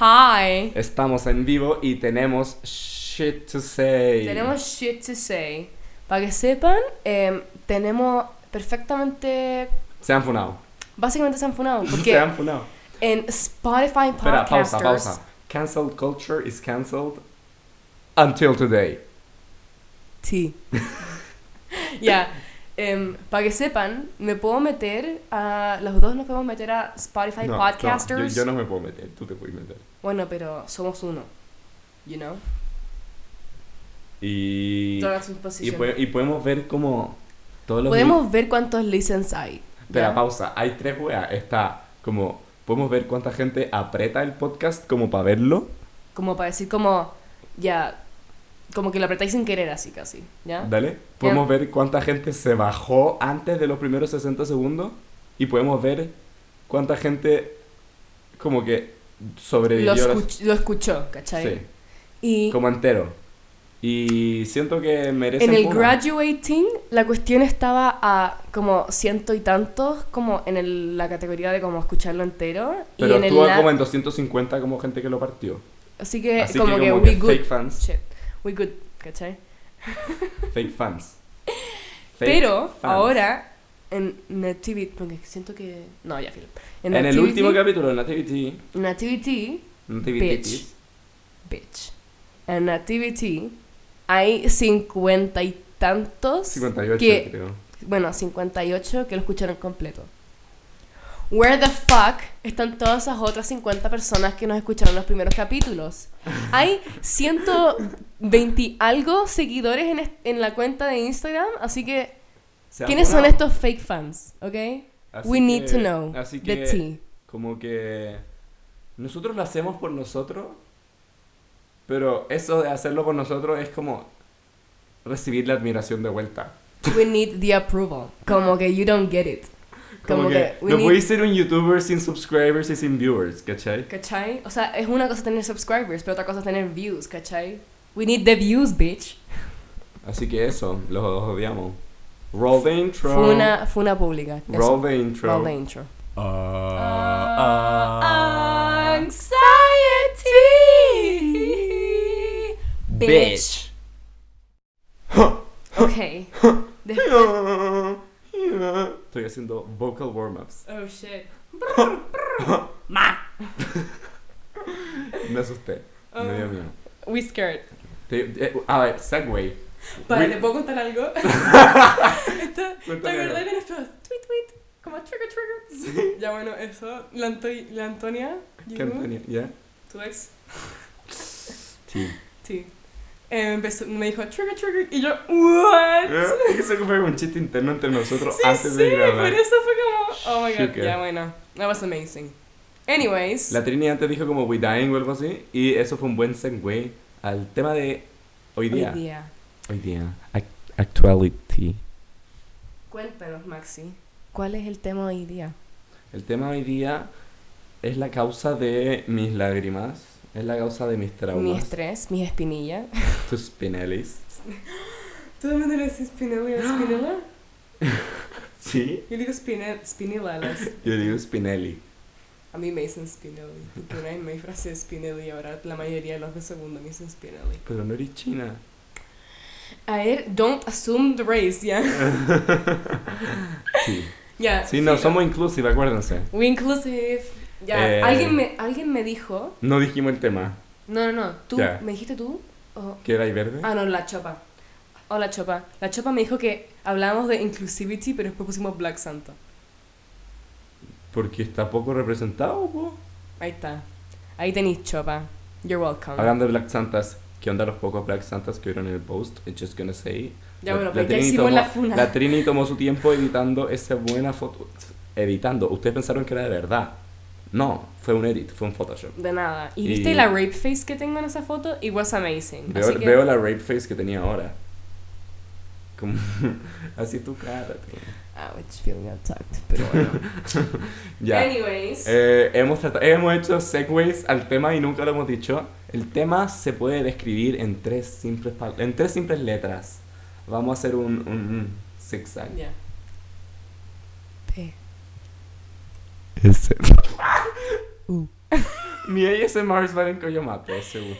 Hi. Estamos en vivo y tenemos shit to say. Tenemos shit to say. Para que sepan, eh, tenemos perfectamente. Se han funado. Básicamente se han funado. Se Porque han funado. en Spotify Espera, Podcasters. pausa, pausa. Cancelled culture is cancelled until today. Sí. Ya. para que sepan, me puedo meter a. Los dos nos podemos meter a Spotify No, no, Podcasters. yo, yo no me puedo meter, tú te puedes meter. Bueno, pero somos uno. You know? Y, Todas sus y, posiciones. pue- y podemos ver como todos los... Podemos ver cuántos listens hay. Espera, ¿ya? pausa. Hay tres weas. Está como... Podemos ver cuánta gente aprieta el podcast como para verlo. Como para decir como, ya, como que lo apretáis sin querer así casi, ¿ya? Dale. Podemos ver cuánta gente se bajó antes de los primeros 60 segundos. Y podemos ver cuánta gente como que Lo, sobrevivió. a las- escuch- lo escuchó, ¿cachai? Sí, Y como entero. Y siento que merece en el graduating la cuestión estaba a como ciento y tantos, como en el- la categoría de como escucharlo entero. Pero y en el estuvo na- como en 250 como gente que lo partió. Así que Así como que que, como we que good. fake fans. Shit, we good, ¿cachai? Fake fans. Fake Pero fans. ahora en Nativity, porque siento que... No, ya, filo. En, el Nativity- último capítulo de Nativity. Nativity Nativity. bitch. En Nativity hay cincuenta y tantos. 58 que, creo. Bueno, 58 que lo escucharon completo. Where the fuck están todas esas otras 50 personas que nos escucharon los primeros capítulos? Hay 120 algo seguidores en, est- en la cuenta de Instagram, así que Se ha ¿quiénes son funado. estos fake fans? ¿Ok? Así We need que- to know Así que the tea. como que nosotros lo hacemos por nosotros, pero eso de hacerlo por nosotros es como recibir la admiración de vuelta. We need the approval. Como que you don't get it. Como, Como que, que we no need- podéis ser un youtuber sin subscribers y sin viewers, ¿cachai? ¿Cachai? O sea, es una cosa tener subscribers, pero otra cosa es tener views, ¿cachai? We need the views, bitch. Así que eso, los odiamos. Roll the intro. Fue una, fue una pública. Eso. Roll the intro. Roll the intro. Ah, ah, anxiety. Bitch. Ok. Des- Estoy haciendo vocal warm-ups. oh shit. Me asusté. Ah. Me dio miedo. Um, We scared. Te- eh, a ver, Segway. Vale, We- ¿le puedo contar algo? Esta- ¿Te Cuéntame acordás algo. de nuestros tweet tweet? Como trigger trigger. Ya bueno, eso. La, Anto- la Antonia. ¿Qué llegó, Antonia? ¿Ya? Tu ex. Sí. Sí. Eh, empezó- me dijo trigger trigger y yo, ¿what? Eh, Eso fue un chiste interno entre nosotros Sí, antes sí, de por grabar. eso fue como, oh my god, Sugar. ya bueno, that was amazing. Anyways, La Trini antes dijo como We Dying o algo así. Y eso fue un buen segue al tema de hoy día. hoy día, Hoy día. Ac- Actuality. cuéntanos Maxi, ¿cuál es el tema hoy día? El tema hoy día es la causa de mis lágrimas. Es la causa de mis Mi traumas. estrés, mis espinillas. Tus pinelis. ¿Tú también eres espinilla espinilla? Sí. Yo digo espinilla, espinilla, las- Yo digo spinelli. a mí me dicen spinelli, porque una vez me frase spinelli y ahora la mayoría de los de segundo me dicen spinelli. Pero no eres china. A ver, don't assume the race, ya. Sí. Ya. Sí, no, filo. somos inclusive, acuérdense. We inclusive. Ya, Eh. alguien, me, alguien me dijo. No dijimos el tema. No, no, no. ¿Tú? Ya. ¿Me dijiste tú? O- ¿Que era y verde? Ah, no, la chopa. O la chopa. La chopa me dijo que hablábamos de inclusivity, pero después pusimos Black Santa. Porque está poco representado, po. Ahí está. Ahí tenéis chopa. You're welcome. Hablando de Black Santas, ¿qué onda los pocos Black Santas que vieron en el post? It's just gonna say. ya, bueno, la pero ya Trini hicimos tomó- la funa. La Trini tomó su tiempo editando esa buena foto. Editando. Ustedes pensaron que era de verdad. No, fue un edit, fue un Photoshop. De nada. ¿Y, Y- viste la rape face que tengo en esa foto? It was amazing. Veo, Así que, veo la rape face que tenía ahora. Como, así tu cara. Trini. Ah, it's feeling attacked, pero bueno. Ya. Anyways. Eh, hemos, trata- hemos hecho segues al tema y nunca lo hemos dicho. El tema se puede describir en tres simples, pal- en tres simples letras. Vamos a hacer un, un, un zigzag. Ya. P. S. Uh. U. Mi ASMRs valen Coyomape, seguro.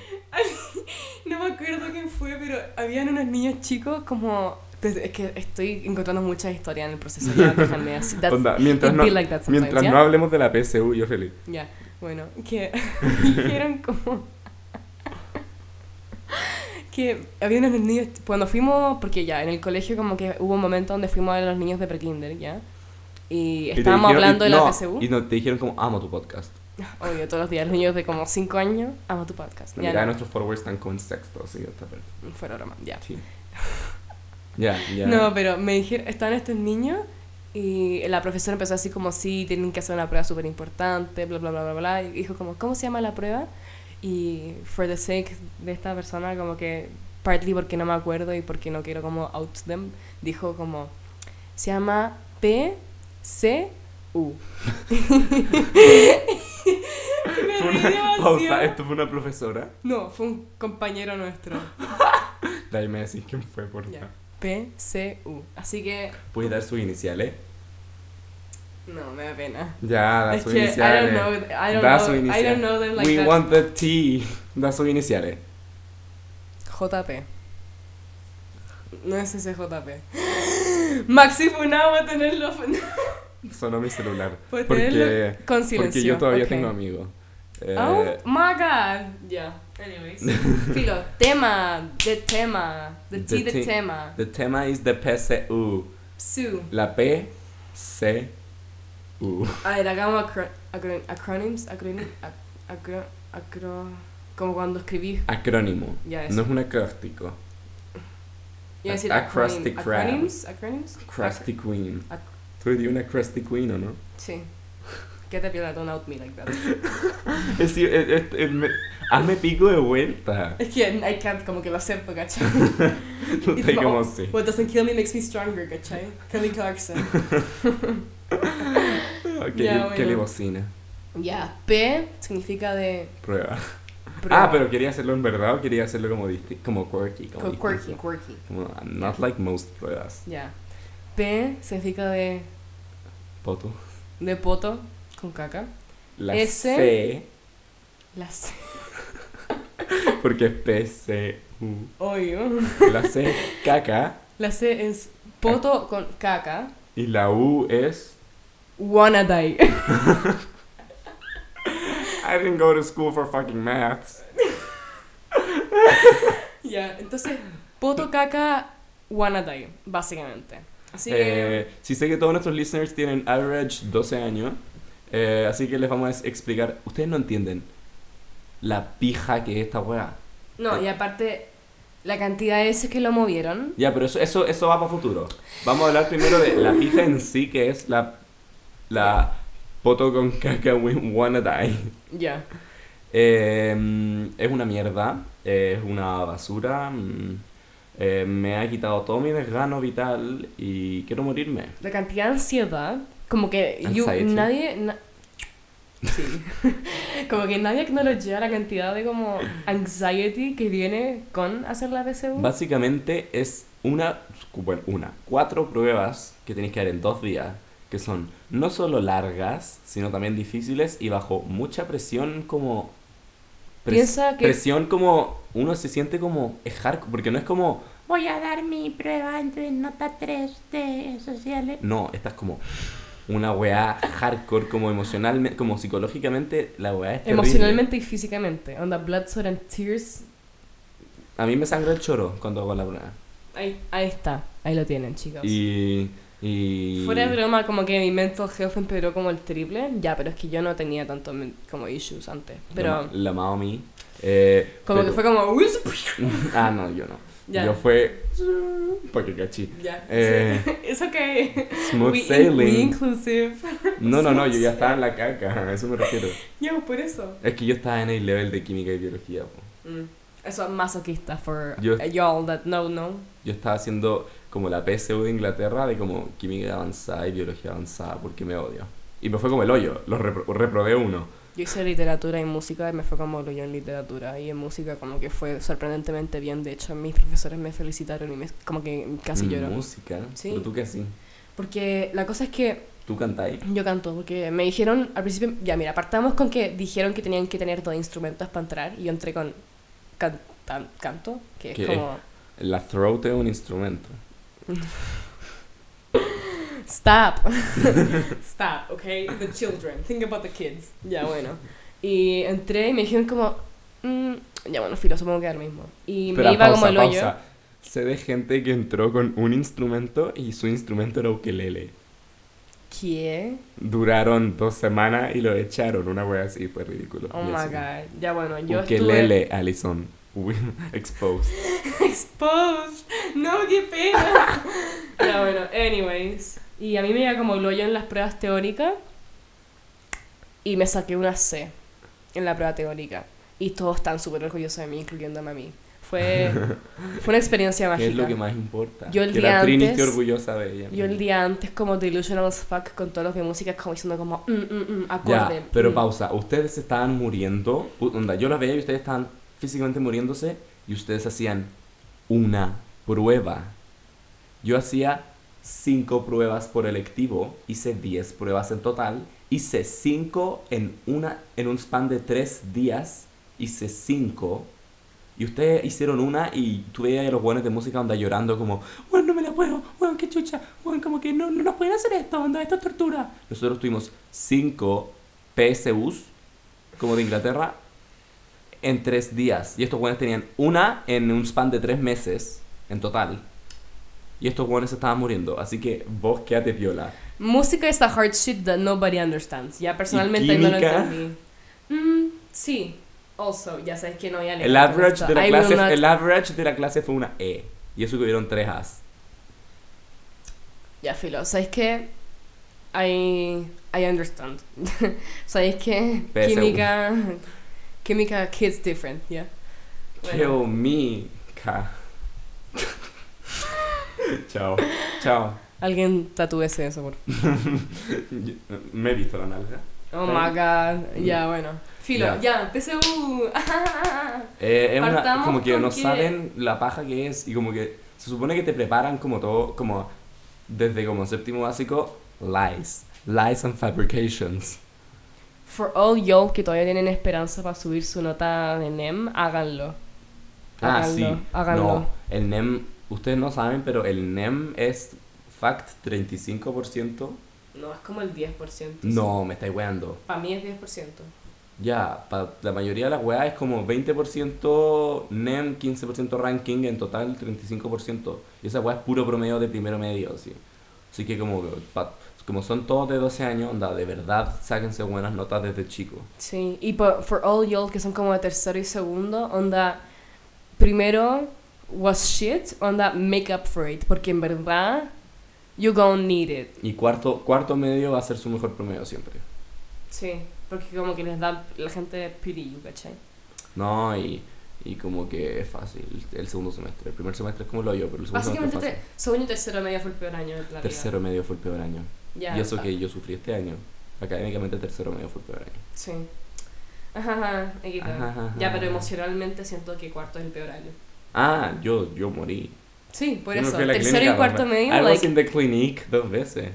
No me acuerdo quién fue, pero habían unos niños chicos como... pues, Es que estoy encontrando muchas historias en el proceso. Ya, déjame así. That's- Onda, mientras it no, be like that sometimes, mientras ¿ya? no hablemos de la PSU, yo feliz. Ya, bueno, que dijeron como que había unos niños, cuando fuimos, porque ya, en el colegio como que hubo un momento donde fuimos a los niños de prekinder, ¿ya? Y Y te estábamos dijeron- hablando y- de la no, PSU. Y no, te dijeron como, amo tu podcast. Obvio, todos los días, los niños de como 5 años, amo tu podcast. La Ya, mitad de no, nuestros followers están como en sexto, así que está perfecto. fuera broma, ya. Sí. Ya, ya. No, pero me dijeron, estaban estos niños y la profesora empezó así como, sí, tienen que hacer una prueba súper importante, bla, bla, bla, bla, bla. Y dijo como, ¿cómo se llama la prueba? Y for the sake de esta persona, como que, partly porque no me acuerdo y porque no quiero como out them, dijo como, se llama P, C, U. me Fue reí una, pausa, demasiado. esto fue una profesora. No, fue un compañero nuestro. De ahí me decís quién fue, por favor. Ya. P, C, U. Así que, ¿Puedes dar sus ¿eh? iniciales? no, me da pena. Ya, da Es sus que I don't iniciales. know, I don't da know, sus I iniciales. don't know them like We that. want the tea. Da ¿eh? sus iniciales. JP. No es ese JP. Maxi Funao va a tenerlo Sonó mi celular. Puede Porque, tenerlo con Pues silencio. porque yo todavía ok. tengo amigos. Eh, Oh my god. Ya. Anyways. Filo, tema, de tema, de The ti de ti- tema. The tema is the PSU. Su. La P, C, U. A ver, hagamos acro- acro- acronyms, acronyms, acro, acro, como cuando escribís. Acrónimo. Ya, eso. No es un acróstico. Iba a decir Acrostic acronym- crab. acronyms, acronyms. Crusty Queen. ac- ¿Tú eres una Crusty Queen o no? Sí. ¿Qué te pierdas? Don't out me like that. Es decir, es- es- es- me- hazme pico de vuelta. Es que I can't, como que lo acepto, ¿cachai? No It's sé my- cómo sí. What doesn't kill me makes me stronger, ¿cachai? Kelly Clarkson. Ok, Ya, que le bueno. bocina. Ya, P significa de... Prueba. prueba. Ah, pero quería hacerlo en verdad o quería hacerlo como, disti- como quirky. Como Co- quirky, distinto? quirky. Como, I'm not like most pruebas. Ya. P significa de, Poto. de poto con caca. La Ese. C, La C. porque es P, C, U. Obvio. La C es caca La C es poto con caca. y la U es... Wanna die. I didn't go to school for fucking maths. Ya, entonces, poto, caca, wanna die, básicamente. Así que... Eh, sí sé que todos nuestros listeners tienen average 12 años, eh, así que les vamos a es- explicar. Ustedes no entienden la pija que es esta weá. Ah. No, y aparte, la cantidad de veces que lo movieron... Ya, pero eso, eso, eso va para futuro. Vamos a hablar primero de la pija en sí, que es la, la poto con caca we wanna die. Ya. Eh, es una mierda, eh, es una basura. mm, eh, me ha quitado todo mi desgano vital y quiero morirme. la cantidad de ansiedad, como que you- Anxiety. nadie... na- sí. como que nadie acknowledgea la cantidad de como anxiety que viene con hacer la PSU. Básicamente es una, bueno, una, cuatro pruebas que tenéis que dar en dos días, que son no solo largas, sino también difíciles y bajo mucha presión como... pres- Piensa que- Presión como uno se siente como es hardcore, porque no es como voy a dar mi prueba entre nota 3 de sociales. No, esta es como una weá hardcore, como emocionalmente, como psicológicamente la weá es terrible. Emocionalmente y físicamente. Onda, blood, sweat and tears. A mí me sangra el choro cuando hago la prueba. Ahí, ahí está. Ahí lo tienen, chicos. Y... y... Fuera de broma, como que mi mental health empeoró como el triple. Ya, pero es que yo no tenía tanto men- como issues antes. La, Pero ma- la Maomi. Eh, como que fue como... "Uy, su-". fue. ah, no, yo no. Ya. Yo fue. Porque cachí. Ya. Eh. Es ok. Smooth We in- we sailing. inclusive. no, no, no, yo ya estaba en la caca, a eso me refiero. Ya, por eso. Es que yo estaba en el level de química y biología. po. Mm. Eso es masoquista for Yo- uh, y'all that no no. Yo estaba haciendo como la PSU de Inglaterra de como química avanzada y biología avanzada porque me odio. Y me fue como el hoyo, lo repro- reprobé uno. Yo hice literatura y música y me fue como lo yo en literatura y en música como que fue sorprendentemente bien. De hecho, mis profesores me felicitaron y me, como que casi Mm, lloró. Música, Sí. pero tú que así. Porque la cosa es que ¿Tú cantáis? Yo canto, porque me dijeron al principio, ya mira, partamos con que dijeron que tenían que tener dos instrumentos para entrar y yo entré con can- tan- canto, que es ¿Qué? como... La throat es un instrumento. Stop. Stop, okay? The children. Think about the kids. Ya, bueno. Y entré y me dijeron como... mm, ya, bueno, filo, supongo que era lo mismo. Y Espera, me iba como pausa, el hoyo. pausa. Sé de gente que entró con un instrumento y su instrumento era ukelele. ¿Qué? Duraron dos semanas y lo echaron. Una wea así, fue ridículo. Oh Y my así. god. Ya, bueno, yo Ukelele, Alison. We- Exposed. estuve... Exposed. No, qué pena. ya, bueno, anyways. Y a mí me iba como el hoyo en las pruebas teóricas. Y me saqué una C en la prueba teórica. Y todos están súper orgullosos de mí, incluyéndome a mí. Fue, fue una experiencia mágica. ¿Qué es lo que más importa? Yo el que día la Trini antes- esté orgullosa de ella. Yo el día antes como delusional as fuck con todos los de música como diciendo como mm, mm, mm, Ya, acorde. pero mm. pausa. Ustedes se estaban muriendo. U- Onda, yo la veía y ustedes estaban físicamente muriéndose. Y ustedes hacían una prueba. Yo hacía cinco pruebas por electivo. Hice 10 pruebas en total. Hice cinco en, una, en un span de tres días. Hice cinco. Y ustedes hicieron una y tú veías a los buenos de música onda llorando como, bueno, no me la puedo, bueno, qué chucha, bueno, como que no, no nos pueden hacer esto, onda, esto es tortura. Nosotros tuvimos cinco PSUs, como de Inglaterra, en tres días. Y estos buenos tenían una en un span de tres meses, en total. Y estos buenos se estaban muriendo, así que vos quédate viola. Música es the hard shit that nobody understands. Ya personalmente ¿Y no lo química? entendí. Mm, sí. Also, ya sabes que no voy a leer El con average, esto. de la I will clase, not- el average de la clase fue una E. Y eso que hubieron tres As. Ya, filo. ¿Sabes qué? I, I understand. ¿Sabes qué? PSU. Química... Química kids different, ya. Bueno. Kill me. Ca. Chao. Chao. Alguien tatúese eso, por Me he visto la nalga. Oh Sí. my god. Ya, bueno. Filo, Ya. ya, PSU. Eh, es una- Partamos como que con no que- saben la paja que es y como que se supone que te preparan como todo, como desde como séptimo básico, lies. Lies and fabrications. For all y'all que todavía tienen esperanza para subir su nota de NEM, háganlo. Ah, Háganlo, sí. háganlo. No, el NEM, ustedes no saben, pero el NEM es fact 35%. No, es como el 10%. No, me estáis weando. Para mí es 10%. Ya, pa- la mayoría de las weas es como 20% NEM, 15% ranking, en total 35%. Y esa wea es puro promedio de primero medio, así. Así que como, pa- como son todos de 12 años, onda, de verdad, sáquense buenas notas desde chico. Sí, y por, for all y'all que son como de tercero y segundo, onda, primero was shit, onda, make up for it, porque en verdad, you gonna need it. Y cuarto, cuarto medio va a ser su mejor promedio siempre. Sí, porque como que les da la gente pity you, ¿cachai? No, y, y como que es fácil el segundo semestre. El primer semestre es como lo yo, pero el segundo Básicamente, semestre es te- segundo y tercero medio fue el peor año de la vida. fácil. Tercero medio fue el peor año. Ya, y eso ah, que yo sufrí este año. Académicamente tercero medio fue el peor año. Sí. Ajá, ajá, equito. Ajá, ajá, Ya, ajá. pero emocionalmente siento que cuarto es el peor año. Ah, yo, yo morí. Sí, por Yo me eso. fui a la Tercero clínica, y cuarto mamá. medio, I was like, in the clinic dos veces.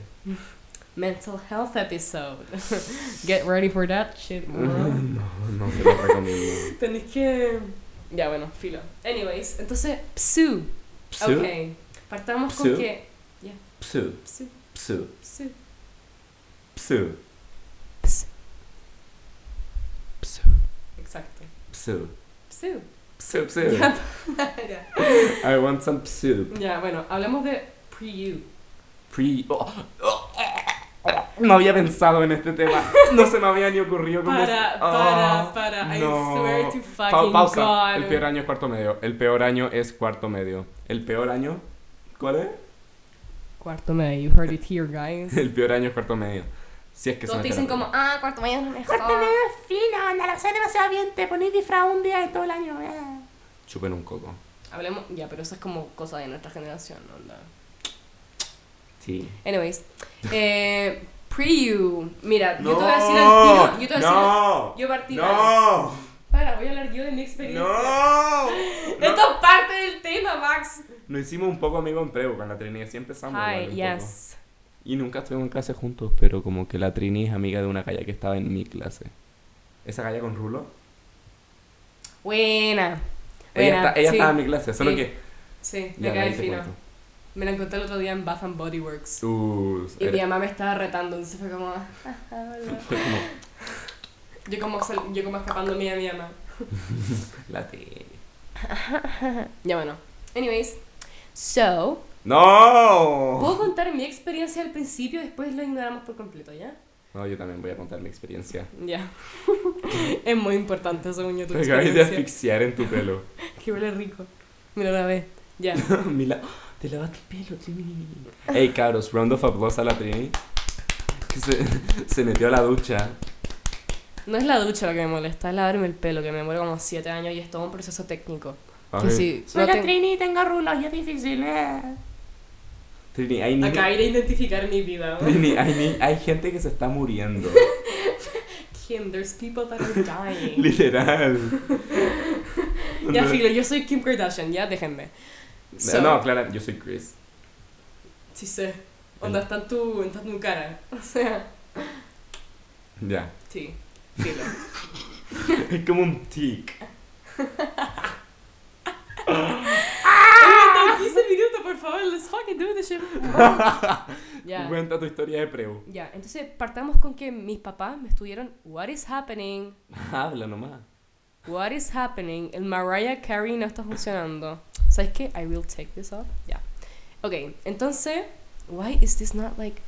mental health episode. Get ready for that shit, bro. no se lo recomiendo. Tenés que... Ya, bueno, filo. Anyways, entonces, psu. Psu, Ok. Partamos con Psu. que... psu, Psu, psu, psu. psu, Psu. Psu. Exacto. psu, Psu. psu, Ya, psu. ya. I want some psu. Ya, bueno, hablemos de pre-you. Pre. oh, oh, No había pensado en este tema. No se me había ni ocurrido cómo. Para, se- para, Oh, para. I no. swear to Pa- fucking pausa. God. El peor año es cuarto medio. El peor año es cuarto medio. El peor año. ¿Cuál es? Cuarto medio, you heard it here, guys. El peor año es cuarto medio. Si es que Todos son te dicen enterados. como, ah, cuarto medio es lo mejor. Corte medio es fino, anda, la pasé demasiado bien, te ponís disfraz un día de todo el año. eh. Chupen un coco. Hablemos, ya, pero eso es como cosa de nuestra generación, ¿no? onda. Sí. Anyways, eh, pre-you. Mira, yo No, te voy a decir al tiro, yo te voy a decir al- no, yo partí mal. no, Para, voy a hablar yo de mi experiencia. no, Esto es parte del tema, Max. Nos hicimos un poco amigo en preu con la Trinidad, sí empezamos. Hi, igual un yes. Y nunca estuvimos en clase juntos, pero como que la Trini es amiga de una galla que estaba en mi clase. ¿Esa galla con rulo? Buena. Ella, Buena, está- ella sí. estaba en mi clase, solo Sí. que... Sí, Ya, me de cae ahí te fino. cuento. Me la encontré el otro día en Bath and Body Works. Uh, Y mi era- mamá me estaba retando, entonces fue como. ah, ah, ah, hola. fue como, Yo como, sal- yo como escapándome a mi mamá. La Trini. Ya bueno. Anyways. So. ¡No! Oh. ¿Puedo contar mi experiencia al principio? Después lo ignoramos por completo, ¿ya? No, yo también voy a contar mi experiencia. Ya. es muy importante, según yo, tu Te acabas de experiencia. asfixiar en tu pelo. Que huele rico. Me lo grabé. Ya. Mila, te lavaste el pelo, Trini. Ey, cabros, round of applause a la Trini. Que se, se metió a la ducha. No es la ducha lo que me molesta, es lavarme el pelo, que me muero como 7 años y es todo un proceso técnico. Ay, Que sí, Soy la te- Trini y tengo rulos y es difícil. eh. Trini, hay, ni- Acabé de identificar mi vida. ¿no? Trini, hay, ni- hay gente que se está muriendo. Kim, there's people that are dying. Literal. ya, No. filo, yo soy Kim Kardashian, ya, déjenme. So- No, Clara, yo soy Chris. Sí sé. Onda, está en tu, está en tu cara. O sea, Ya. sí. Filo. Es como un tic. Ay, están 15 minutos, por favor, let's fucking do this shit. ya. Cuenta tu historia de preu. Ya, entonces partamos con que mis papás me estuvieron What is happening? Habla nomás. What is happening? El Mariah Carey no está funcionando. ¿Sabes qué? I will take this off. Ya. Ok, entonces, why is this not like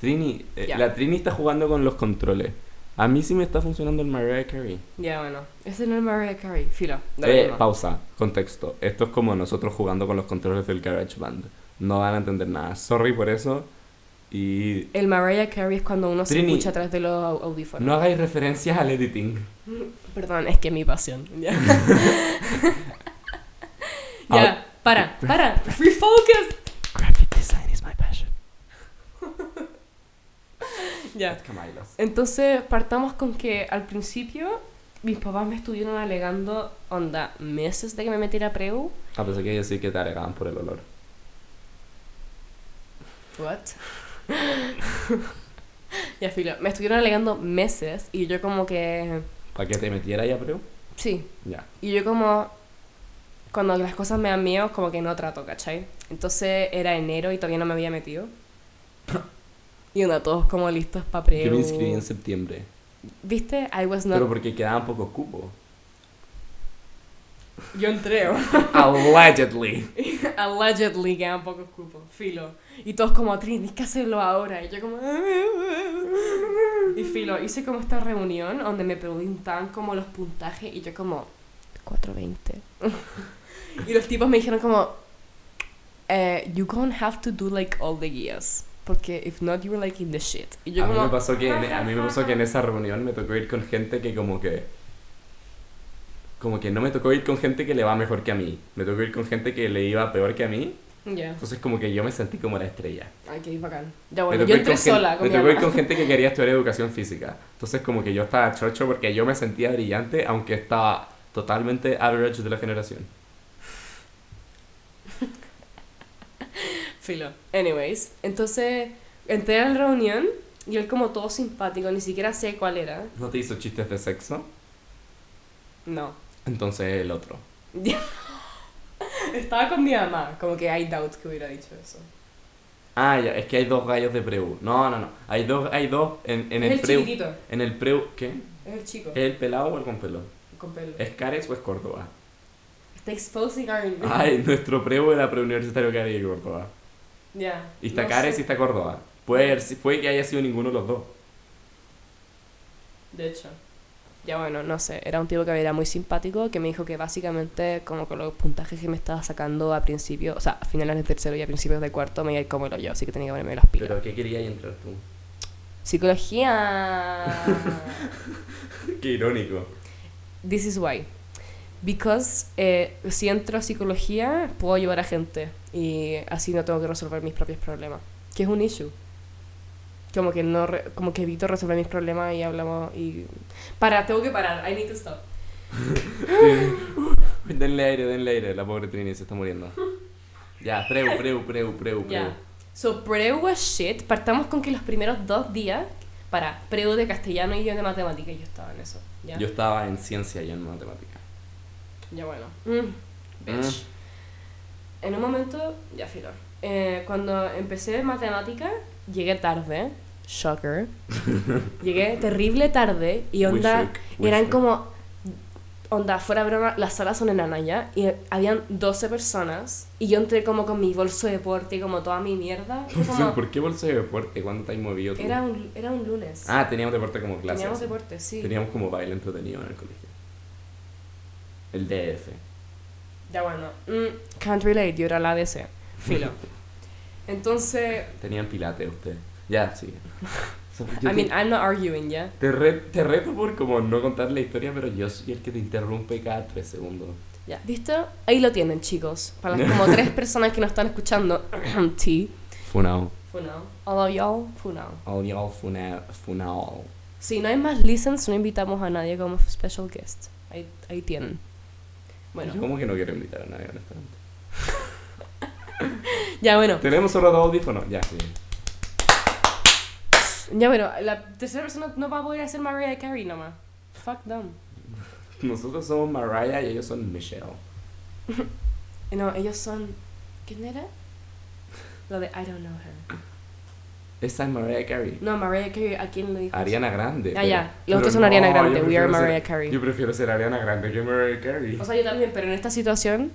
Trini, eh, Ya. la Trini está jugando con los controles. A mí sí me está funcionando el Mariah Carey. Ya, bueno. Ese no es Mariah Carey. Filo. da lo Eh, mismo. pausa, contexto. Esto es como nosotros jugando con los controles del GarageBand. No van a entender nada. Sorry por eso. Y El Mariah Carey es cuando uno se Trini. escucha atrás de los au- audífonos. no hagáis referencias al editing. Perdón, es que es mi pasión. Ya. Ah. ya, para, para. Refocus. Graphic design is my passion. Ya. Entonces partamos con que al principio mis papás me estuvieron alegando, onda, meses de que me metiera a preu. A pesar Ah, que ellos sí que te alegaban por el olor. What? ya filo, me estuvieron alegando meses y yo como que... ¿Para que te metiera ya, pero? Sí, Ya. y yo como... Cuando las cosas me dan miedo, como que no trato, ¿cachai? Entonces era enero y todavía no me había metido. Y onda, todos como listos para preu. Yo me inscribí en septiembre. ¿Viste? I was Pero not... porque quedaban pocos cupos. Yo entré. Allegedly. Allegedly quedan pocos cupos, filo. Y todos como, Trini, tienes que hacerlo ahora. Y yo como... Y filo, hice como esta reunión donde me preguntaban como los puntajes y yo como... 420. y los tipos me dijeron como... eh, you gonna have to do like all the guías. Porque if not, you're like in the shit. Y yo a, mí como... me pasó que en, e, a mí me pasó que en esa reunión me tocó ir con gente que como que... Como que no me tocó ir con gente que le va mejor que a mí. Me tocó ir con gente que le iba peor que a mí. Ya. Entonces como que yo me sentí como la estrella. Ay, qué bacán. Ya me bueno, tocó yo ir entré con gen- sola con me mi tocó ir mamá. con gente que quería estudiar educación física. Entonces como que yo estaba chocho porque yo me sentía brillante aunque estaba totalmente average de la generación. Filo. Anyways, entonces entré a la reunión y él como todo simpático, ni siquiera sé cuál era. ¿No te hizo chistes de sexo? No. Entonces el otro. Estaba con mi mamá, como que I doubt que hubiera dicho eso. Ah, ya, es que hay dos gallos de preu. No, no, no. Hay dos, hay dos en, en es el, el, preu. Eh. chiquitito, En el preu, ¿qué? es el chico, ¿Es el pelado o el con pelo? con pelo. ¿Es Cares o es Córdoba? Está exposing our... Ay, nuestro preu era preuniversitario Cares y Córdoba. Ya. Y está no Cares y sé, está Córdoba. Puede, haber si- puede que haya sido ninguno de los dos. De hecho. Ya bueno, no sé, era un tipo que era muy simpático, que me dijo que básicamente como con los puntajes que me estaba sacando a principio, o sea, a finales de tercero y a principios de cuarto me iba a ir como el hoyo, así que tenía que ponerme las pilas. Pero ¿qué querías entrar tú? Psicología. Qué irónico. This is why. Because eh, si entro a psicología, puedo ayudar a gente y así no tengo que resolver mis propios problemas, que es un issue. Como que no re- como que evito resolver mis problemas y hablamos y para, tengo que parar. I need to stop. denle aire, denle aire. La pobre Trini se está muriendo. Ya, preu, preu, preu, preu, preu. Ya. So, preu was shit. Partamos con que los primeros dos días, para, preu de castellano y yo de matemáticas, yo estaba en eso. Ya, Yo estaba en ciencia y en matemática. ya bueno. Mm, bitch. En un momento, ya filo. Eh, cuando empecé matemática, llegué tarde. Shocker. llegué terrible tarde y We onda. shook, we eran shook. como. Onda, fuera broma, las salas son enanas ya. Y habían 12 personas. Y yo entré como con mi bolso de deporte y como toda mi mierda. y Bolso- como- ¿Por qué bolsa de deporte? ¿Cuándo te has movido tú? Era un, era un lunes. Ah, teníamos deporte como clase. Teníamos así. deporte, sí. Teníamos como baile entretenido en el colegio. El DF. Ya bueno. Mm, can't relate, yo era la ADC. Filo. Entonces, Tenían pilates ustedes. Ya, sí. I mean, I'm not arguing, ¿ya? te, re- te reto por como no contar la historia, pero yo soy el que te interrumpe cada tres segundos. Ya, ¿listo? Ahí lo tienen, chicos. Para las como tres personas que nos están escuchando. sí. Funao. Funao. All of y'all, funao. All y'all funa- funao. Si no hay más listens, no invitamos a nadie como special guest. Ahí, ahí tienen. Bueno, Yo como que no quiero invitar a nadie, honestamente. ya bueno. Tenemos solo dos audífonos. Ya, sí. Ya bueno, la tercera persona no va a poder hacer Mariah Carey nomás. Fuck them. Nosotros somos Mariah y ellos son Michelle. Eh, No, ellos son. ¿Quién era? Lo de I don't know her. Esa es Mariah Carey. No, Mariah Carey, ¿a quién le dijo? Ariana Grande. Ah, pero- ya. Los pero otros son Ariana Grande, yo we are prefiero ser- Mariah Carey. Yo prefiero ser Ariana Grande que Mariah Carey. O sea, yo también, pero en esta situación,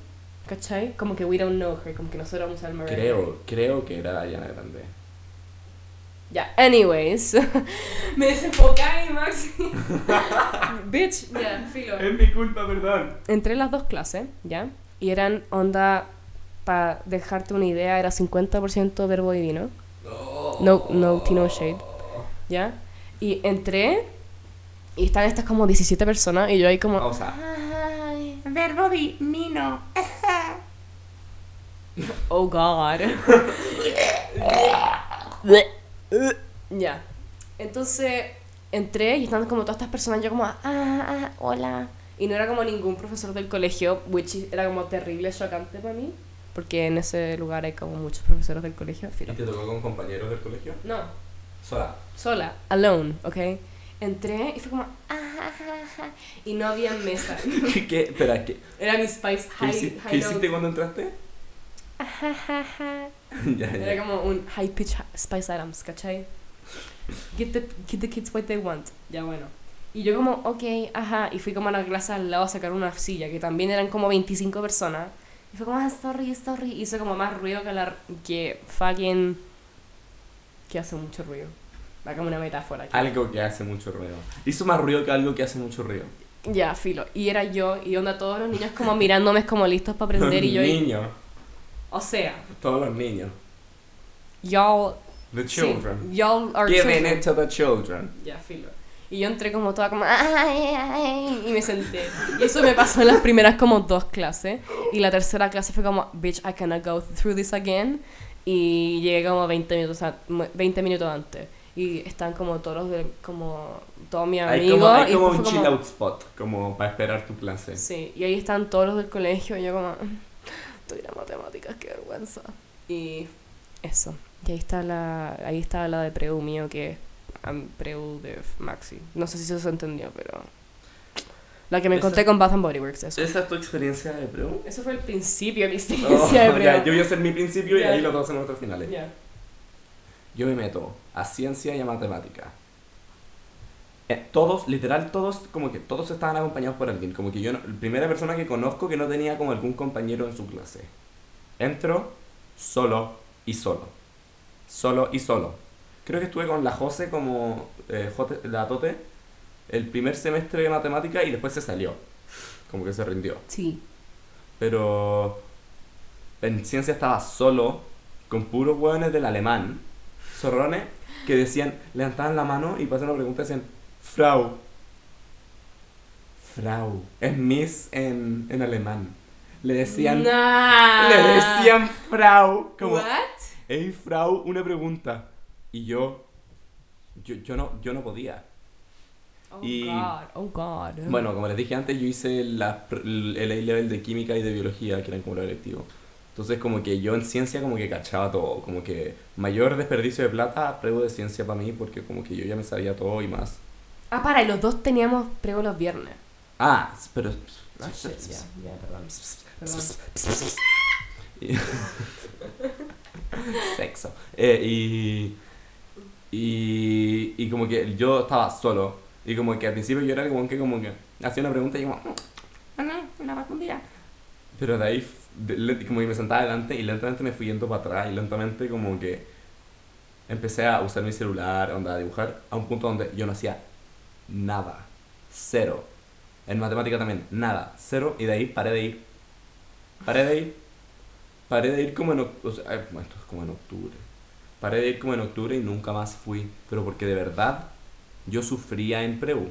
¿cachai? Como que we don't know her, como que nosotros vamos a usar Mariah Carey. creo, creo que era Ariana Grande. Ya, anyways. Me desenfocáis, Max. Bitch, ya, filo. mi culpa, perdón. Entré las dos clases, ¿ya? Y eran onda, para dejarte una idea, era 50% verbo divino. No, no, Tino Shade. ¿Ya? Y entré y están estas como 17 personas y yo ahí como... Ah, O sea, Ay, Verbo divino. Oh, God. ya. Entonces entré y están como todas estas personas, yo como... Ah, ah, hola. Y no era como ningún profesor del colegio, which is- era como terrible, chocante para mí. Porque en ese lugar hay como muchos profesores del colegio. ¿y filo. te tocó con compañeros del colegio? No, Sola. sola, alone, ¿ok? Entré y fue como, ah, y no había mesa. ¿Qué, qué, espera, ¿qué, Era mi Spice qué, High, hici- high note. qué hiciste cuando entraste? ya, Era ya. como un high pitch hi- Spice Adams, ¿cachai? Get the, get the kids what they want. Ya bueno. Y yo como, ok, ajá, y fui como a la clase al lado a sacar una silla, que también eran como 25 personas. Y fue como, ah, sorry, sorry. Hizo como más ruido que la... que fucking... que hace mucho ruido. Va como una metáfora. aquí. Algo que hace mucho ruido. Hizo más ruido que algo que hace mucho ruido. Ya, filo. Y era yo, y onda todos los niños como mirándome como listos para aprender y yo Los ahí. niños. O sea, Todos los niños. y'all. The sí, children. y'all are Giving children. it to the children. Ya, filo. Y yo entré como toda como. "Ah, "Ay, ay", y me senté. Y eso me pasó en las primeras como dos clases. Y la tercera clase fue como, bitch, I cannot go through this again. Y llegué como 20 minutos, a- 20 minutos antes. Y están como todos los de, como todos mis amigos. Hay como, hay y como fue un chill out spot, como para esperar tu clase. Sí, y ahí están todos los del colegio y yo como, tuviera matemáticas, qué vergüenza. Y eso, y ahí está la, ahí está la de preu mío que es am, preu de Maxi. No sé si eso se entendió, pero... La que me Esa- encontré con Bath and Body Works, eso. ¿Esa es tu experiencia de pro? Eso fue el principio de mi Oh, experiencia de ya, preu. yo voy a hacer mi principio Ya. y ahí los dos hacen nuestros finales. Ya. Yo me meto a ciencia y a matemática. Eh, todos, literal, todos, como que todos estaban acompañados por alguien. Como que yo, no- la primera persona que conozco que no tenía como algún compañero en su clase. Entro solo y solo. Solo y solo. Creo que estuve con la Jose como eh, Jote- la Tote el primer semestre de matemática y después se salió. Como que se rindió. Sí. Pero en ciencia estaba solo, con puros hueones del alemán, zorrones, que decían, levantaban la mano y pasaban una pregunta y decían, Frau. Frau. Es Miss en, en alemán. Le decían, Nah. le decían Frau. Como, What? hey Frau, una pregunta. Y yo, yo, yo, no, yo no podía. Oh, Y- God, oh, God. Bueno, como les dije antes, yo hice la pr- el A-Level de Química y de Biología, que eran como los electivos. Entonces como que yo en ciencia como que cachaba todo, como que mayor desperdicio de plata, pruebo de ciencia para mí porque como que yo ya me sabía todo y más. Ah, para, y los dos teníamos prego los viernes. Ah, pero... Ah, shit, ya, ya, perdón. Perdón. Y- Sexo. Eh, y, y. Y como que yo estaba solo. Y como que al principio yo era el weón que como que hacía una pregunta y como. Ana, una vacundía. Pero de ahí, f- de- le- como que me sentaba adelante y lentamente me fui yendo para atrás. Y lentamente como que empecé a usar mi celular, onda, a dibujar, a un punto donde yo no hacía nada. Cero. En matemática también, nada. Cero. Y de ahí paré de ir. Paré de ir. Paré de ir como en octubre. esto es como en octubre. Paré de ir como en octubre y nunca más fui. Pero porque de verdad yo sufría en Preu.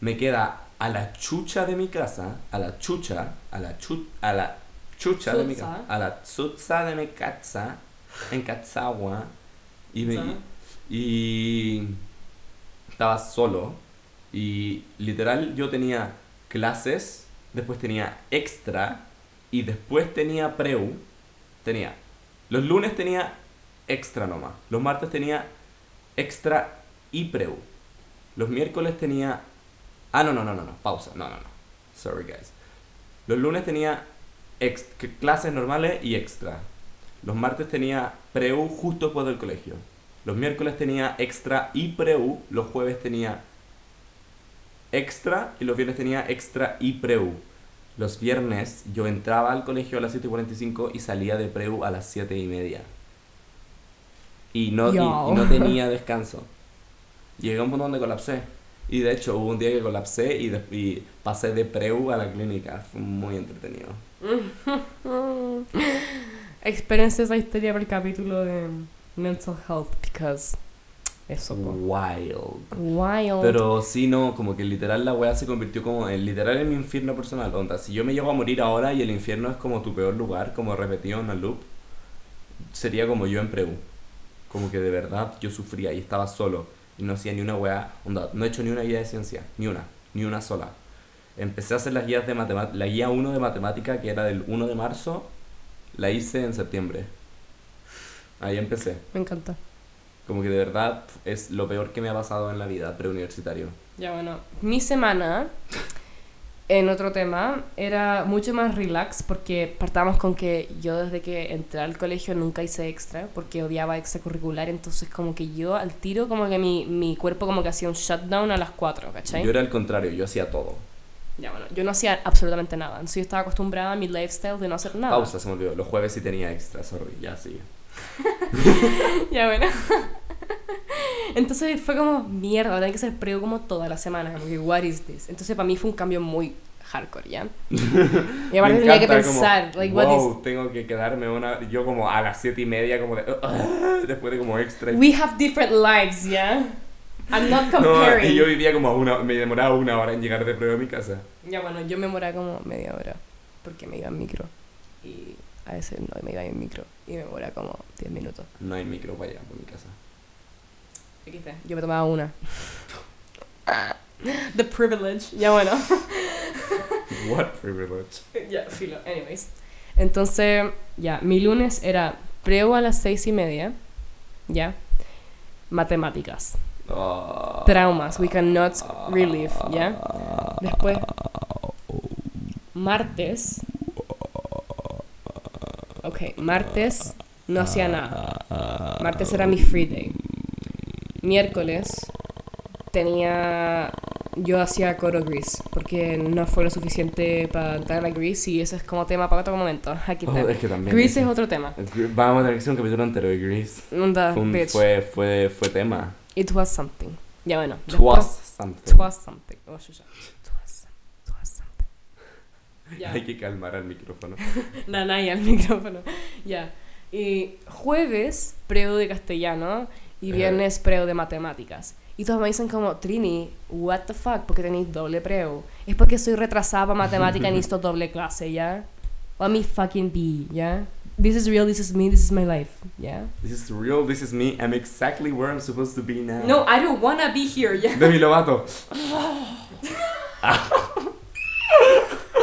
Me queda a la chucha de mi casa, a la chucha, a la chu, a la chucha de mi Chucha. casa, a la chucha de mi casa, en Cachagua. Y me- Chucha. y estaba solo. Y literal yo tenía clases, después tenía extra y después tenía preu. Tenía. Los lunes tenía extra nomás. Los martes tenía extra y preu. Los miércoles tenía... Ah, no, no, no, no, no. Pausa. No, no, no. Sorry guys. Los lunes tenía ex- c- clases normales y extra. Los martes tenía preu justo después del colegio. Los miércoles tenía extra y preu. Los jueves tenía extra y los viernes tenía extra y preu. Los viernes yo entraba al colegio a las 7.45 y salía de preu a las 7.30. Y no, y- y Yo. no tenía descanso. Llegué a un punto donde colapsé. Y de hecho hubo un día que colapsé y, des- y pasé de preu a la clínica. Fue muy entretenido. Experiencia Mm. esa historia por el capítulo de Mental Health, because eso. po. Wild. Wild. Pero sí, no, como que literal la weá se convirtió como en literal en mi infierno personal. Onda, si yo me llego a morir ahora y el infierno es como tu peor lugar, como repetido en la loop, sería como yo en Preu. Como que de verdad yo sufría y estaba solo y no hacía ni una weá. Onda, no he hecho ni una guía de ciencia, ni una, ni una sola. Empecé a hacer las guías de matemática, la guía 1 de matemática que era del 1 de marzo, la hice en septiembre. Ahí empecé. Me encanta. Como que de verdad es lo peor que me ha pasado en la vida preuniversitario. Ya bueno, mi semana, en otro tema, era mucho más relax porque partamos con que yo desde que entré al colegio nunca hice extra porque odiaba extracurricular, entonces como que yo al tiro como que mi, mi cuerpo como que hacía un shutdown a las 4, ¿cachai? Yo era al contrario, yo hacía todo. Ya bueno, yo no hacía absolutamente nada, entonces yo estaba acostumbrada a mi lifestyle de no hacer nada. Pausa, se me olvidó. Los jueves sí tenía extra, sorry, ya sigue. Ya bueno. Entonces fue como, mierda, voy a tener que ser prego como toda la semana, como que, what is this? Entonces para mí fue un cambio muy hardcore, ¿ya? Y aparte Me tenía que encanta, como, pensar, like, wow, what tengo que quedarme una. Yo como a las siete y media, como de. "Ah", después de como extra. is... We have different lives, ¿ya? I'm not no, comparing. y yo vivía como a una. Me demoraba una hora en llegar de prueba a mi casa. Ya bueno, yo me moraba como media hora, porque me iba en micro. Y a veces no me iba en micro, y me moraba como 10 minutos. No hay micro para allá, por mi casa. Aquí está. Yo me tomaba una. The privilege. Ya bueno. What privilege. Ya, filo, anyways. Entonces, ya, mi lunes era preo a las seis y media, ya. Matemáticas, Ah, traumas, we cannot relieve, ya. Después, martes. Ok, martes no hacía nada. Martes era mi free day. Miércoles tenía. Yo hacía coro gris, porque no fue lo suficiente para entrar a gris y ese es como tema para otro momento. Aquí oh, está. es que también. Grease es otro tema. Gre- Vamos a tener que hacer un capítulo entero de Grease. Onda, Fue, un- Ah, bitch. fue, fue, fue tema. It was something. Ya bueno. Twas después- something. Twas something. Oh, yo ya. Twas some- twas something. Ya. Hay que calmar al micrófono. Nanay al micrófono. Ya. Y jueves, preo de castellano. Y Ajá. viernes, preo de matemáticas. Y todos me dicen como, Trini, what the fuck, porque tenéis doble preo. Es porque soy retrasada para matemática y necesito doble clase, ¿ya? Let me fucking be, ¿ya? This is real, this is me, this is my life, ¿ya? This is real, this is me, I'm exactly where I'm supposed to be now. No, I don't wanna be here, ¿ya? Demi Lovato.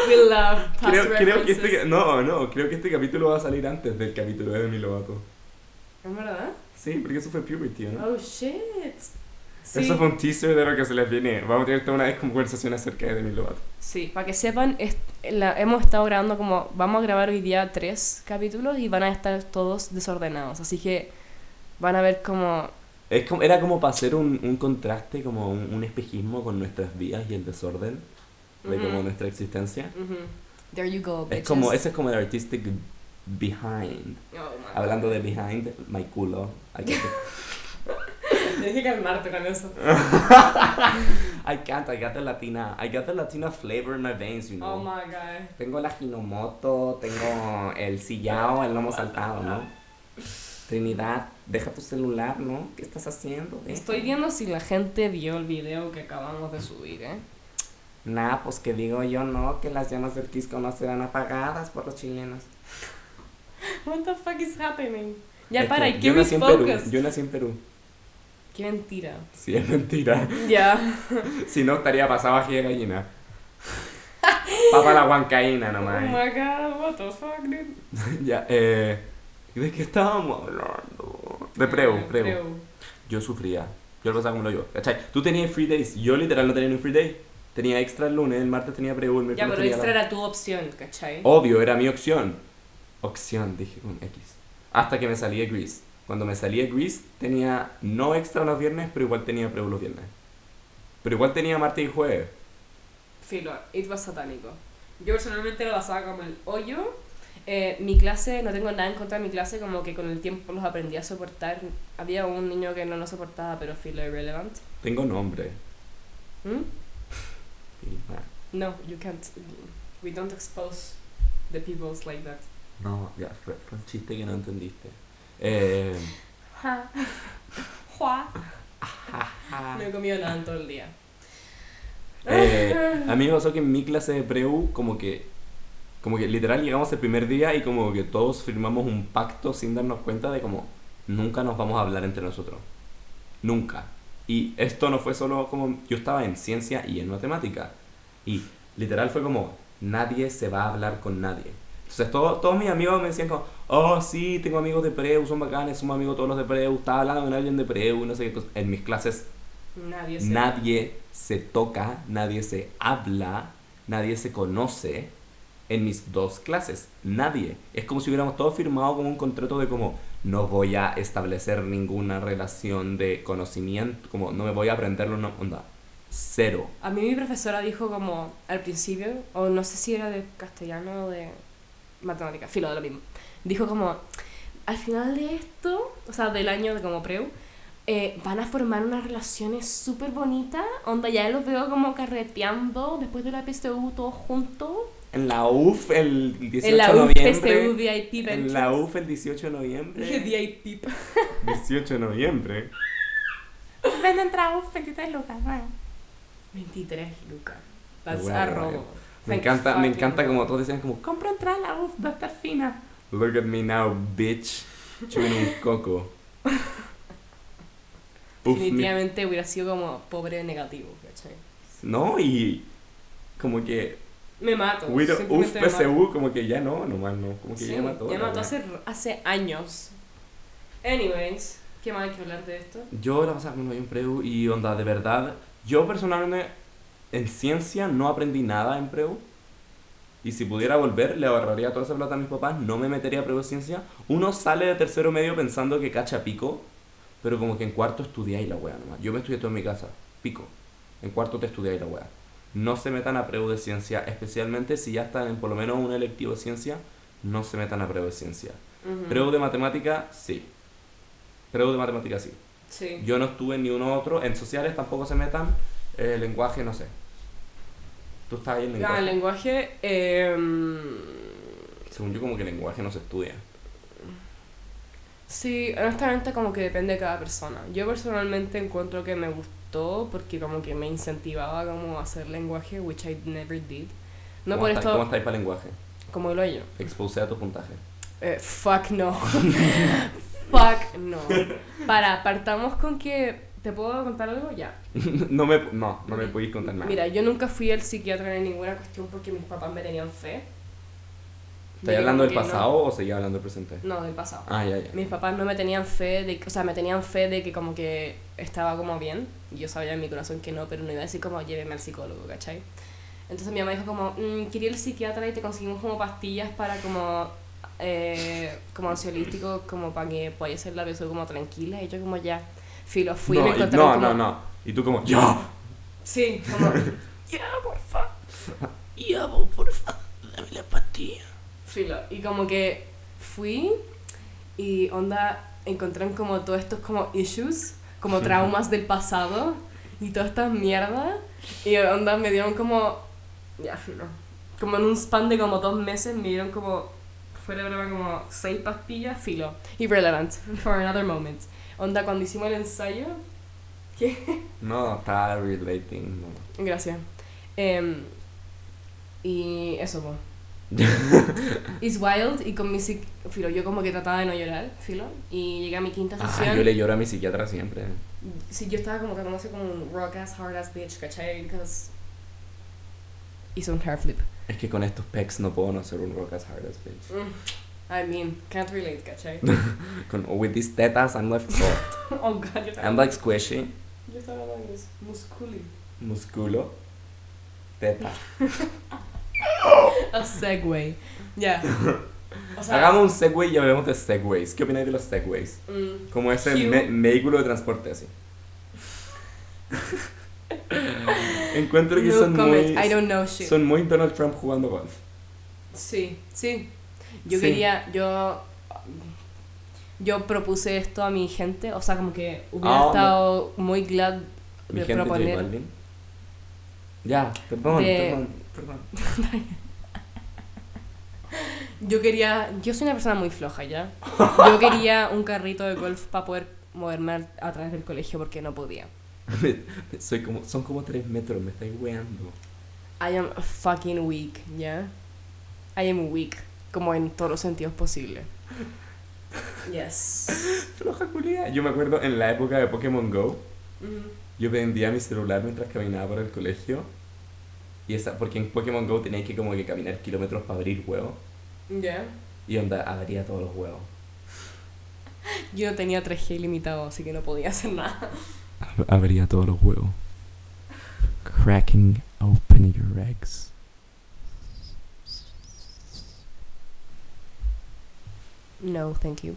We love past Creo, creo que references. este, no, no, creo que este capítulo va a salir antes del capítulo de Demi Lovato. ¿Es verdad? Sí, porque eso fue puberty, ¿no? Oh, shit. Sí, ¿Eh? Eso fue un teaser de lo que se les viene. Vamos a tener toda una vez como conversación acerca de Demi Lovato. sí, para que sepan, es- la- hemos estado grabando como, vamos a grabar hoy día tres capítulos y van a estar todos desordenados, así que van a ver como... Es como, era como para hacer un, un contraste, como un, un espejismo con nuestras vidas y el desorden de como Ujú. nuestra existencia. ujú, There you go, Es bitches. como, ese es como el artistic behind. Oh, my Hablando de behind, my culo. I can't, God. Tienes que calmarte con eso. I can't, I got the Latina, I got the Latina flavor in my veins, you know. Oh, my God. Tengo la Hinomoto, tengo el sillao, el lomo saltado, ¿no? Trinidad, deja tu celular, ¿no? ¿Qué estás haciendo? Deja. Estoy viendo si la gente vio el video que acabamos de subir, ¿eh? Nah, pues que digo yo, ¿no? Que las llamas del Quisco no serán apagadas por los chilenos. What the fuck is happening? Ya Es que para, hay que yo nací en Perú, refocus. yo nací en Perú. Qué mentira. Sí, es mentira. Ya. Si no, estaría pasado ají de gallina. Papa la huancaína nomás. Oh, god, what the fuck, dude. ya, eh... ¿De qué estábamos hablando? De preu, preu. Yo sufría. Yo lo pasaba como lo yo. ¿Cachai? Tú tenías free days. Yo literal no tenía ni un free day. Tenía extra el lunes, el martes tenía preu, el Ya, miércoles pero tenía extra la- era tu opción, ¿cachai? Obvio, era mi opción. Opción, dije con X. Hasta que me salí de Grease. Cuando me salí de Grease tenía no extra los viernes, pero igual tenía preu los viernes. Pero igual tenía martes y jueves. Filo, it was satánico. Yo personalmente lo pasaba como el hoyo. Eh, mi clase, no tengo nada en contra de mi clase, como que con el tiempo los aprendí a soportar. Había un niño que no lo soportaba, pero filo irrelevant. Tengo nombre. ¿Mm? Y, ah, No, you can't. We don't expose the peoples like that. No, ya, fue, fue un chiste que no entendiste. Eh, Ja. Juá. Ah. Me he comido nada en todo el día. Eh, a mí me pasó que en mi clase de preu, como que, como que literal llegamos el primer día y como que todos firmamos un pacto sin darnos cuenta de como nunca nos vamos a hablar entre nosotros. Nunca. Y esto no fue solo como yo estaba en ciencia y en matemática. Y literal fue como nadie se va a hablar con nadie. Entonces todo- todos mis amigos me decían como, oh sí, tengo amigos de preu, son bacanes, somos amigos todos los de preu, estaba hablando con alguien de preu, no sé qué cosa. En mis clases Nadie se. nadie se toca, nadie se habla, nadie se conoce en mis dos clases. Nadie. Es como si hubiéramos todos firmado como un contrato de como no voy a establecer ninguna relación de conocimiento, como no me voy a aprenderlo, no, onda. Cero. A mí mi profesora dijo como al principio, o no sé si era de castellano o de matemática, filo de lo mismo. Dijo como, al final de esto, o sea, del año de como preu, eh, van a formar unas relaciones súper bonitas, onda ya los veo como carreteando después de la PSU todos juntos. En la UF el 18 En la de U, noviembre. PSU, VIP, en la UF el 18 de Dije noviembre. VIP. 18 de noviembre. Venden tragos, 23 lucas, eh. bueno. 23 lucas. That's Bueno, a robo. Me Thank encanta, me fucking encanta God. como todos decían como Compra entrada a la UF, va a estar fina. Look at me now, bitch. Chewing un coco. Uf, mi- Definitivamente hubiera sido como pobre negativo, ¿cachai? No, y como que. Me mato. we don't- Uf, simplemente me mato. PSU, como que ya no, nomás no. Como que Sí, ya mató. ya la mató wea. hace, hace años. Anyways, ¿qué más hay que hablar de esto? Yo la pasaba con un preu y onda, de verdad. Yo personalmente en ciencia no aprendí nada en preu. Y si pudiera volver, le ahorraría toda esa plata a mis papás, no me metería a preu de ciencia. Uno sale de tercero medio pensando que cacha pico, pero como que en cuarto estudié y la wea nomás. Yo me estudié todo en mi casa, pico. En cuarto te estudié y la wea. No se metan a preu de ciencia, especialmente si ya están en por lo menos un electivo de ciencia, no se metan a preu de ciencia. Ujú. Preu de matemática, sí. Preu de matemática, sí. Sí. Yo no estuve en ni uno otro. En sociales tampoco se metan. Eh, lenguaje, no sé. Tú estás ahí en lenguaje. Ah, el lenguaje. em, Según yo, como que lenguaje no se estudia. sí, honestamente, como que depende de cada persona. Yo personalmente encuentro que me gustó porque, como que me incentivaba como a hacer lenguaje, which I never did. No ¿Cómo por estáis- esto, ¿Cómo estáis para lenguaje? como lo yo. Expulsea tu puntaje. Eh, fuck no. fuck no. Para, partamos con que ¿Te puedo contar algo? Ya. no me, no, no me podéis contar nada. Mm. Mira, yo nunca fui al psiquiatra en ninguna cuestión porque mis papás me tenían fe. ¿Estás Yo hablando del como que no- pasado o seguís hablando del presente? No, del pasado. Ah, ya, ya. Mis papás no me tenían fe de, o sea, me tenían fe de que como que estaba como bien. Y yo sabía en mi corazón que no, pero no iba a decir como lléveme al psicólogo, ¿cachai? Entonces mi mamá dijo como, mm, quería ir al psiquiatra y te conseguimos como pastillas para como, eh, como ansiolítico, como para que podáis ser la persona como tranquila. Y yo como ya, filo, fui y no, me y- encontraron no, como- no, no. Y tú como, ¡ya! Sí, como, ya, porfa. Ya, po, porfa, dame la pastilla. Filo. Y como que fui y onda encontraron como todos estos como issues, como traumas del pasado y todas estas mierdas. Y onda me dieron como, ya, filo. Como en un span de como dos meses me dieron como, fuera de broma, como seis pastillas, filo. Irrelevant, for another moment. Onda cuando hicimos el ensayo, que No, está relating. no. Gracias. Em, y eso, po. It's wild y con mi psic- filo, yo como que trataba de no llorar, filo, y llegué a mi quinta Ah, sesión. yo le lloro a mi psiquiatra siempre. Sí, yo estaba como tratándose como un rock ass, hard ass bitch, ¿cachai? Because... Hice un hair flip. Es que con estos pecs no puedo no hacer un rock as hard as bitch. Mm, I mean, can't relate, ¿cachai? Con, with these tetas I'm left soft. oh god, yo estaba, I'm like squishy. yo estaba hablando inglés. Musculi. Musculo. Teta. A segue. Ya. O sea, Hagamos un segway y hablemos de segways. ¿Qué opináis de los segways? mm, Como ese Cute. me- vehículo de transporte así. Encuentro que no son comment, muy, I don't know shit. son muy Donald Trump jugando golf. Sí, sí. Yo Sí. quería, yo yo propuse esto a mi gente, o sea, como que hubiera Ah, estado muy glad Mi de gente J proponer. Balvin. Ya, perdón, De- perdón, perdón. Yo quería, yo soy una persona muy floja ya. Yo quería un carrito de golf para poder moverme al- a través del colegio porque no podía. Soy como, son como 3 metros, me estáis weando. I am fucking weak, ¿ya? I am weak, como en todos los sentidos posibles. Yes. Floja culia. Yo me acuerdo en la época de Pokémon Go, Mm. yo vendía mi celular mientras caminaba por el colegio. Y esa, porque en Pokémon Go tenéis que como que caminar kilómetros para abrir huevos. Ya. Y onda, abría todos los huevos. Yo no tenía 3G limitado, así que no podía hacer nada. Abría todos los huevos. Cracking open your eggs. No, thank you.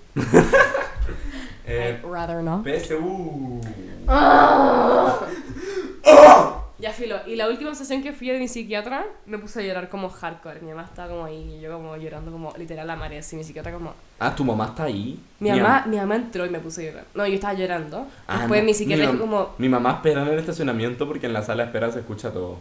Eh, I'd rather not. PSU. Ya filo. Y la última sesión que fui de mi psiquiatra, me puse a llorar como hardcore. Mi mamá estaba como ahí y yo como llorando como literal a mares. Y mi psiquiatra como... Ah, tu mamá está ahí. Mi mamá, mi mamá entró y me puso a llorar. No, yo estaba llorando. Ah, Después no. mi psiquiatra Mi dijo como... Mi mamá espera en el estacionamiento porque en la sala de espera se escucha todo.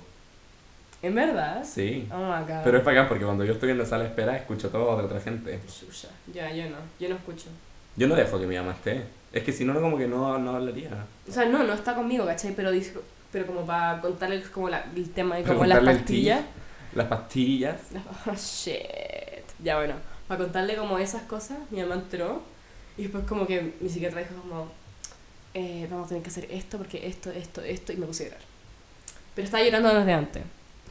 ¿En verdad? Sí. Oh my god. Pero es bacán porque cuando yo estoy en la sala de espera escucho todo de otra gente. Chucha. Ya, yo no. Yo no escucho. Yo no dejo que mi mamá esté. Es que si no, no, como que no, no hablaría. O sea, no, no está conmigo, ¿cachai? Pero dijo... Pero como para contarle como la- el tema de Pero como las contarle el tea. pastillas. Las pastillas. Oh, shit. Ya bueno, para contarle como esas cosas, mi mamá entró y después como que mi psiquiatra dijo como, eh, vamos a tener que hacer esto porque esto, esto, esto y me puse a llorar. Pero estaba llorando desde antes.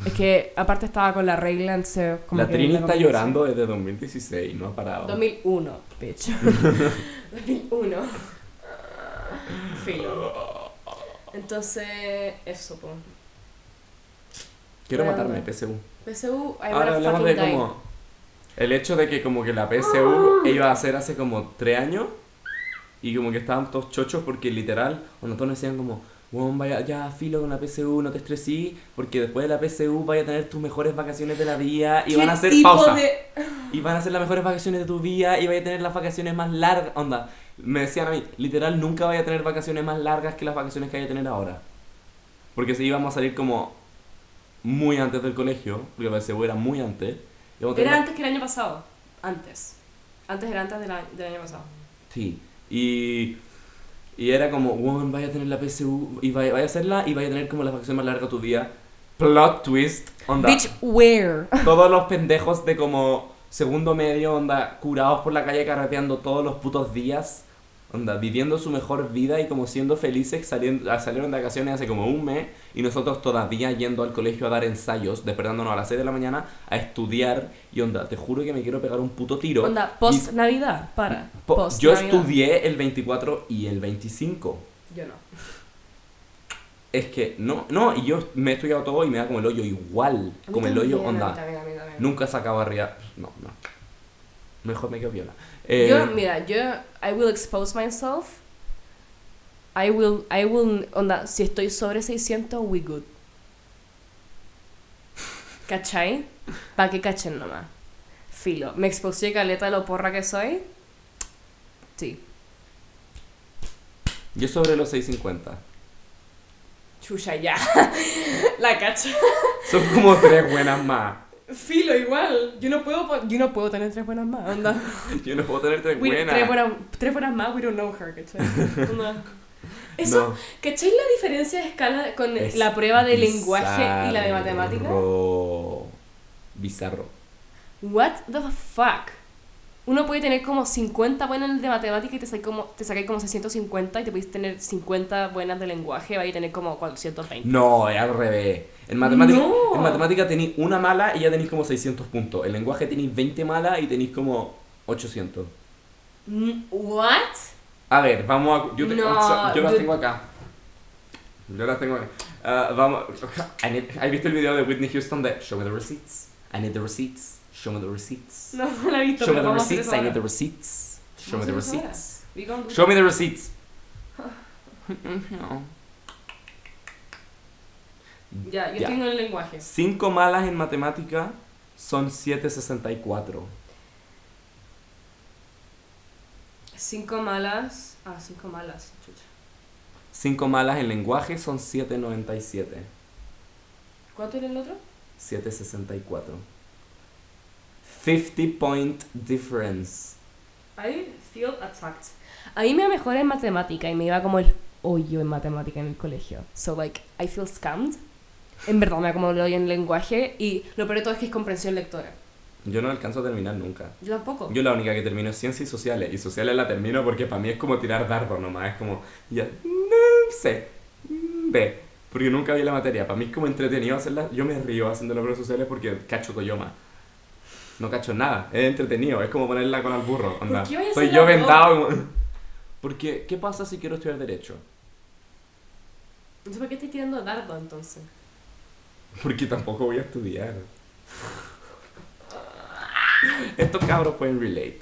Es que aparte estaba con la regla, entonces como la que Trini está conversación- llorando desde 2016 y no ha parado. 2001, bitch. 2001. Filo. Entonces, eso, po. Quiero Bueno. matarme, PSU. PSU, I Ahora wanna hablamos fucking de die. como... El hecho de que como que la Ah. PSU iba a ser hace como 3 años y como que estaban todos chochos porque literal, cuando todos decían como... Bueno, vaya, ya, filo con la PSU, no te estresí, porque después de la PSU vaya a tener tus mejores vacaciones de la vida y ¿Qué van a ser tipo pausa. de- Y van a ser las mejores vacaciones de tu vida y vaya a tener las vacaciones más largas. Onda, me decían a mí, literal, nunca vaya a tener vacaciones más largas que las vacaciones que vaya a tener ahora. Porque si íbamos a salir como muy antes del colegio, porque la PSU era muy antes. y vamos a tener Era la- antes que el año pasado. Antes. Antes era antes del año, del año pasado. Sí. Y, y era como, weón, vaya a tener la PSU y vaya, vaya a hacerla y vaya a tener como las vacaciones más largas de tu vida. Plot twist, onda. Bitch, where? todos los pendejos de como segundo medio, onda, curados por la calle carreteando todos los putos días. Onda, viviendo su mejor vida y como siendo felices, salien- ah, salieron de vacaciones hace como un mes y nosotros todavía yendo al colegio a dar ensayos, despertándonos a las 6 de la mañana a estudiar. Y onda, te juro que me quiero pegar un puto tiro. Onda, Y- post Navidad, para. po- post yo Navidad. estudié el 24 y el 25. Yo no. Es que no, no, y yo me he estudiado todo y me da como el hoyo igual. Como el hoyo, onda. Nunca sacaba arriba. No, no. Mejor me quedo viola. Eh, Yo, mira, yo, I will expose myself. I will, I will, onda, si estoy sobre 600, we good. ¿Cachai? Pa' que cachen nomás. Filo, me expuse caleta de lo porra que soy. Sí. yo sobre los 650. Chucha, ya. La cacha. Son como tres buenas más. Filo, igual. Yo no puedo, po- yo no puedo tener tres buenas más, onda. Yo no puedo tener tres We- buenas. Tres, buenas, tres buenas más, we don't know her, ¿cachai? Onda. Eso No. ¿Cacháis la diferencia de escala con Es la prueba de lenguaje y la de matemática? Bizarro. Bizarro. What the fuck? Uno puede tener como 50 buenas de matemática y te sacáis como, te sacáis como 650 y te podéis tener 50 buenas de lenguaje, vais a tener como 420. No, es al revés. En matemática, No. en matemática tenéis una mala y ya tenéis como 600 puntos. En lenguaje tenéis 20 malas y tenéis como 800. Mm, What? A ver, vamos a. Yo, te- No, yo las yo- tengo acá. Yo las tengo acá. Ah, vamos. I need- ¿Has visto el video de Whitney Houston de Show me the receipts? I need the receipts. Show me the receipts. No, no la he visto, Show me pero the vamos a hacer receipts. eso I need the ahora. receipts. Show me Vamos the a hacer eso receipts. ahora. We gonna do Show me the receipts. it. Ya, yo Ya. estoy en el lenguaje. Cinco malas en matemática son 764. 5 malas. Ah, 5 malas, chucha. Cinco malas en lenguaje son 797. ¿Cuánto era el otro? 764. 50 point difference. I feel attacked. A mí me iba mejor en matemática y me iba como el hoyo en matemática en el colegio. So, like, I feel scammed. En verdad me da como el hoyo en lenguaje y lo peor de todo es que es comprensión lectora. Yo no alcanzo a terminar nunca. Yo tampoco. Yo la única que termino es ciencias y sociales. Y sociales la termino porque para mí es como tirar dardo nomás. Es como, ya, no sé, mm, ve. Porque nunca vi la materia. Para mí es como entretenido hacerla. Yo me río haciendo las pruebas sociales porque cacho coyoma. No cacho nada. Es entretenido. Es como ponerla con al burro. Onda. qué voy a Soy hacer yo las vendado. como- Porque, ¿qué pasa si quiero estudiar Derecho? No sé por qué estoy tirando dardo entonces. Porque tampoco voy a estudiar. Estos cabros pueden relate.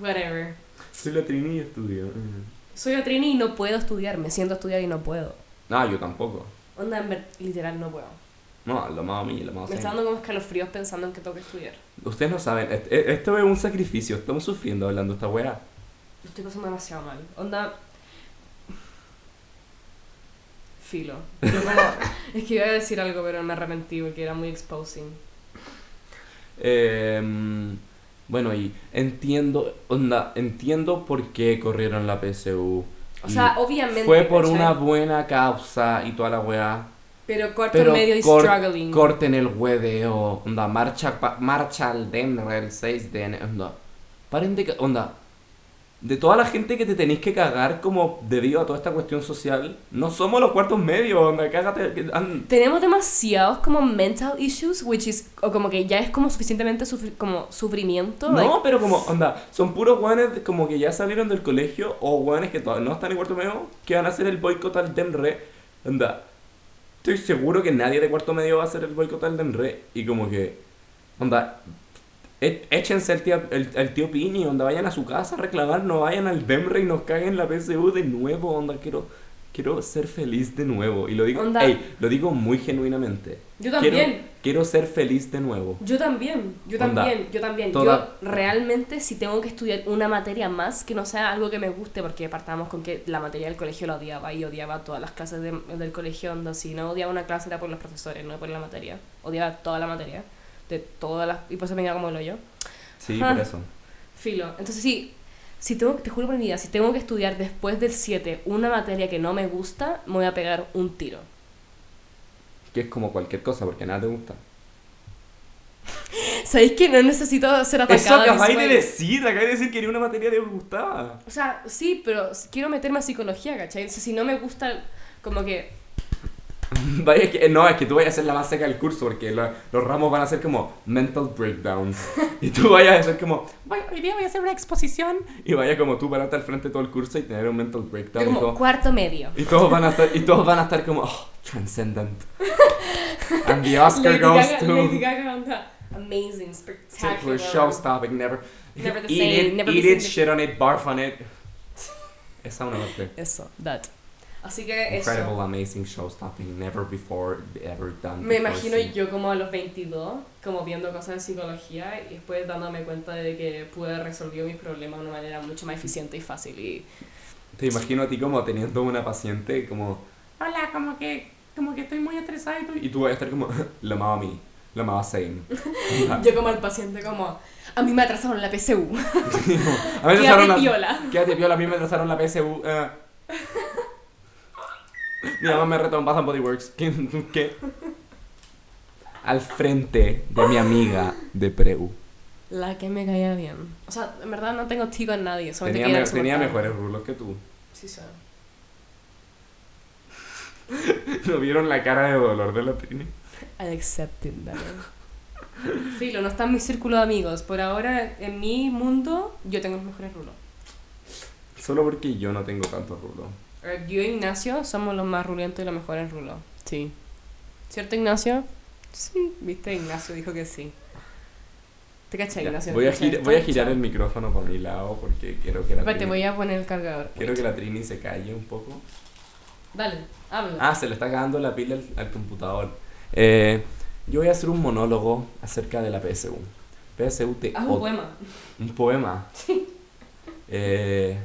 Whatever. Soy la trini y estudio. Mm. Soy Atrini y no puedo estudiar. Me siento a estudiar y no puedo. No, yo tampoco. Onda, en ver- literal, no puedo. No, lo más a mí, lo más Me está dando como escalofríos pensando en que tengo que estudiar. Ustedes no saben, est- e- esto es un sacrificio, estamos sufriendo hablando esta weá. Lo estoy pasando demasiado mal. Onda. Filo. Yo como- es que iba a decir algo, pero me arrepentí porque era muy exposing. Em, bueno, y entiendo, onda, entiendo por qué corrieron la PSU. O Y sea, obviamente. fue por ¿cachai? una buena causa y toda la weá. Pero corto Pero medio y cor- struggling. corten el hueveo, onda, marcha, pa- marcha al DEMRE el 6 de ene- onda. Paren de, ca- onda, de toda la gente que te tenéis que cagar como debido a toda esta cuestión social, no somos los cuartos medios, onda, cágate, que- an- Tenemos demasiados como mental issues, which is. O como que ya es como suficientemente sufri- como sufrimiento. like, No, pero como, onda, son puros guanes como que ya salieron del colegio o guanes que todavía no están en cuarto medio que van a hacer el boicot al DEMRE. Onda, estoy seguro que nadie de cuarto medio va a hacer el boicot al DEMRE y como que, onda, e- échense al tío, el, al tío Pini, onda, vayan a su casa a reclamar, no vayan al DEMRE y nos caguen la PSU de nuevo, onda, quiero, quiero ser feliz de nuevo. Y lo digo, Onda. ey, lo digo muy genuinamente. Yo Quiero- también. quiero ser feliz de nuevo. Yo también, yo Onda, también, yo también. toda- Yo realmente si tengo que estudiar una materia más que no sea algo que me guste, porque partamos con que la materia del colegio la odiaba y odiaba todas las clases de- del colegio, onda, si no odiaba una clase era por los profesores, no por la materia, odiaba toda la materia, de todas las, y por eso me quedaba como el hoyo. Sí, Ah. por eso. Filo, entonces sí, si tengo, te juro por mi vida, si tengo que estudiar después del 7 una materia que no me gusta, me voy a pegar un tiro. Que es como cualquier cosa, porque nada te gusta. ¿Sabéis que no necesito ser atacada? Eso en ese acabáis de baile? decir, acabáis de decir que era una materia que os gustaba. O sea, sí, pero quiero meterme a psicología, ¿cachai? Entonces, si no me gusta, como que... Vaya que, no, es que tú vayas a ser la más seca del curso porque lo- los ramos van a ser como mental breakdowns. Y tú vayas a ser como, Voy- hoy día voy a hacer una exposición. y vaya como tú pararte al frente de todo el curso y tener un mental breakdown. Yo y como todo- cuarto medio. Y todos van a estar, y todos van a estar como, oh, transcendent. And the Oscar Lady goes Gaga- Lady to Gaga onda, amazing, Simpler spectacular. show stopping, never. Never the eat same, it, never eat the it, same. shit on it, barf on it. Esa una parte. Eso, that. Así que eso. Incredible, amazing show stopping, never before, ever done. Me before imagino seen. yo como a los 22, como viendo cosas de psicología y después dándome cuenta de que pude haber resolvido mis problemas de una manera mucho más eficiente y fácil. Y Te imagino a ti como teniendo una paciente como. Hola, como que, como que estoy muy estresada y tú... Y tú vas a estar como, la mami, la mamá same. yo como al paciente como, a mí me atrasaron la PSU, A mí quédate me trazaron la- piola. Quédate piola, a mí me trazaron la PSU. eh. Mi mamá me retó en Bath and Body Works. ¿Qué? ¿Qué? Al frente de mi amiga de E Preu. La que me caía bien. O sea, en verdad no tengo tico en nadie, solamente Tenía, que era me- tenía insoportable. mejores rulos que tú. Sí, sí. ¿No vieron la cara de dolor de la Trini? I'm accepting that. Filo, no está en mi círculo de amigos. Por ahora, en mi mundo, yo tengo los mejores rulos. Solo porque yo no tengo tantos rulos. Eh, Yo e Ignacio somos los más rulentos y los mejores rulos. Sí. ¿Cierto, Ignacio? Sí. ¿Viste? Ignacio dijo que sí. ¿Te cachas, Ya, Ignacio? Voy a, ¿Cachai? gir- voy a girar el micrófono para mi lado porque quiero que la Espérate, Trini- voy a poner el cargador. Quiero que la Trini se calle un poco. Dale, habla. Ah, se le está cagando la pila al, al computador. Eh, yo voy a hacer un monólogo acerca de la PSU. PSU te Haz od- un poema. Un poema. Eh,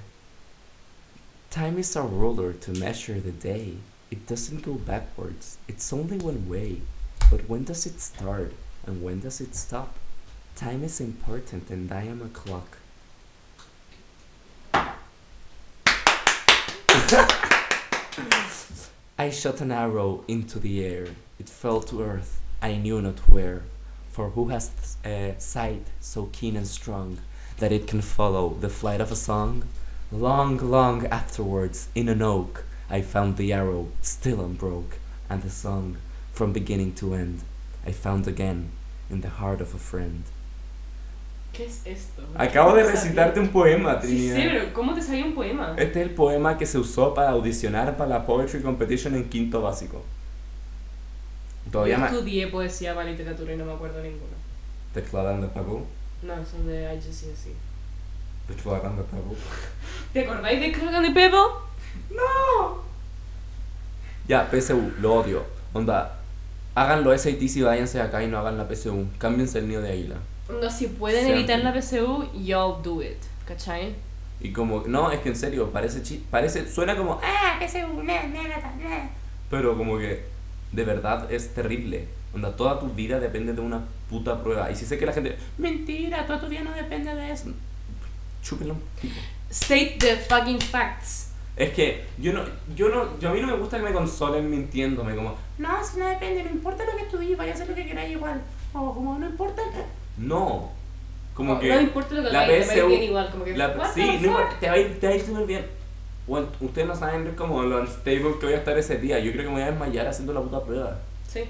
Time is a ruler to measure the day. It doesn't go backwards. It's only one way. But when does it start and when does it stop? Time is important and I am a clock. I shot an arrow into the air. It fell to earth, I knew not where. For who has a sight so keen and strong that it can follow the flight of a song? Long, long afterwards, in an oak, I found the arrow still unbroke, and the song from beginning to end I found again in the heart of a friend. ¿Qué es esto? Acabo de ¿Cómo recitarte un poema, sabía? Sí, Trinidad. sí, pero ¿cómo te sabía un poema? Este es el poema que se usó para audicionar para la Poetry Competition en quinto básico. Todavía Yo me... estudié poesía para literatura y no me acuerdo ninguno. Declarando tabú. No, son de IGCSE. Declarando tabú. ¿Te acordáis de Kragan de Pepo? Ya, PSU, lo odio. Onda, háganlo SAT si váyanse de acá y no hagan la PSU. Cámbiense el nido de águila. No, si pueden Siempre. evitar la PSU, y'all do it. ¿Cachai? Y como, no, es que en serio, parece chi- parece, suena como, "Ah", Ah, PSU, nada, nada, nada. pero como que de verdad es terrible. Onda, toda tu vida depende de una puta prueba. Y si sé que la gente, Mentira, todo tu día no depende de eso. chúpenlo. State the fucking facts. Es que yo no, yo no, yo a mí no me gusta que me consolen mintiéndome, como, No, si no depende, no importa lo que estudies, vaya a hacer lo que queráis igual. O como no importa... no. Como no, que. no importa lo que la hagáis, te va a ir PSU bien igual. Como que, La- what sí, the no fuck? importa, te va a ir, te va a ir súper bien. Bueno, ustedes no saben como lo unstable que voy a estar ese día. Yo creo que me voy a desmayar haciendo la puta prueba. Sí.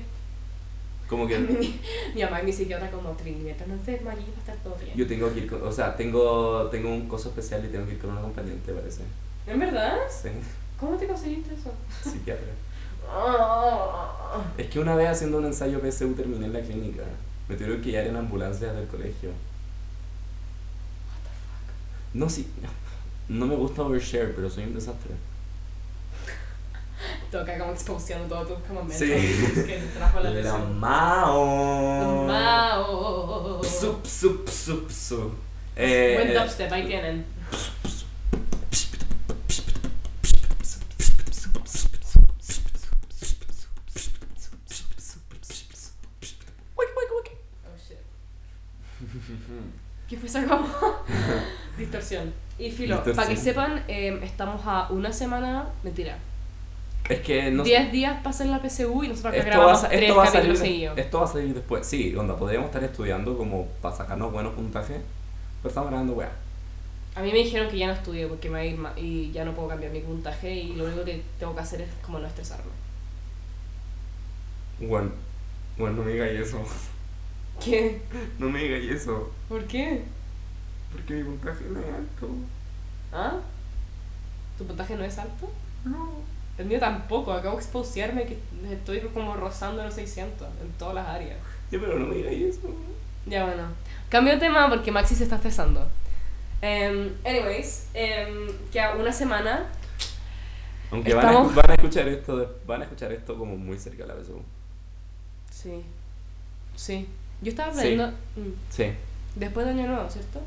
Como que mi, mi mamá y mi psiquiatra como Trinidad, no te desmayes, va a estar todo bien. yo tengo que ir con, o sea, tengo, tengo un coso especial y tengo que ir con una acompañante, parece. ¿En verdad? Sí, ¿Cómo te conseguiste eso? psiquiatra. Es que una vez haciendo un ensayo PSU terminé en la clínica. Me tuvieron que llevar en ambulancia del colegio. No, sí. No me gusta overshare, pero soy un desastre. Toca como exposeando todos tus como Sí. mensajes que trajo la La PSU. Mao. Mao. Sup, sup, sup, sup. Eh, Buen dubstep, ahí tienen. Oh shit. ¿Qué fue esa como? Distorsión. Y filo, Distorsión. em, para que sepan, eh, estamos a una semana. Mentira. Es que no 10 días pasa en la PSU y nosotros acá esto va, grabamos a- 3 esto, va a salir, capítulos seguidos. esto va a salir después. Sí, onda, podríamos estar estudiando como para sacarnos buenos puntajes, pero estamos grabando weá. A mí me dijeron que ya no estudio porque me va a ir ma- y ya no puedo cambiar mi puntaje y lo único que tengo que hacer es como no estresarme. Bueno, bueno, no me digáis eso. ¿Qué? No me digáis eso. ¿Por qué? Porque mi puntaje no es alto. ¿Ah? ¿Tu puntaje no es alto? No. El mío tampoco, acabo de exposearme que estoy como rozando los 600 en todas las áreas. Ya, pero no me digáis eso. Ya bueno. Cambio de tema porque Maxi se está estresando. Em, anyways, em, que a una semana Aunque van a, Estamos- van a escuchar esto, de- van a escuchar esto como muy cerca de la PSU. Sí. Sí. Yo estaba Sí. aprendiendo mm, Sí, después de Año Nuevo, ¿cierto?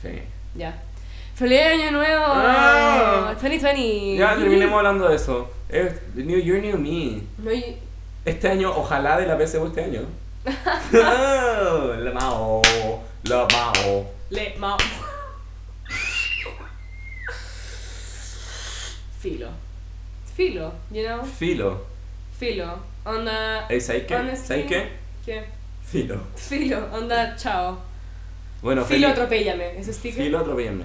sí. Ya. ¡Feliz Año Nuevo! Ah. 2020. Ya terminemos hablando de eso. Es New Year, New Me. No, y- Este año, ojalá de la PSU este año. Ah, la mao, la mao. le ma. Filo. Filo, you know? Filo. Filo. Onda. Ey, ¿Sabes Eh, qué? honestly- ¿Sabes qué? ¿Qué? Filo. Filo, onda, chao. Bueno, Filo, feliz- atropéllame. Ese sticker. Filo, atropéllenme.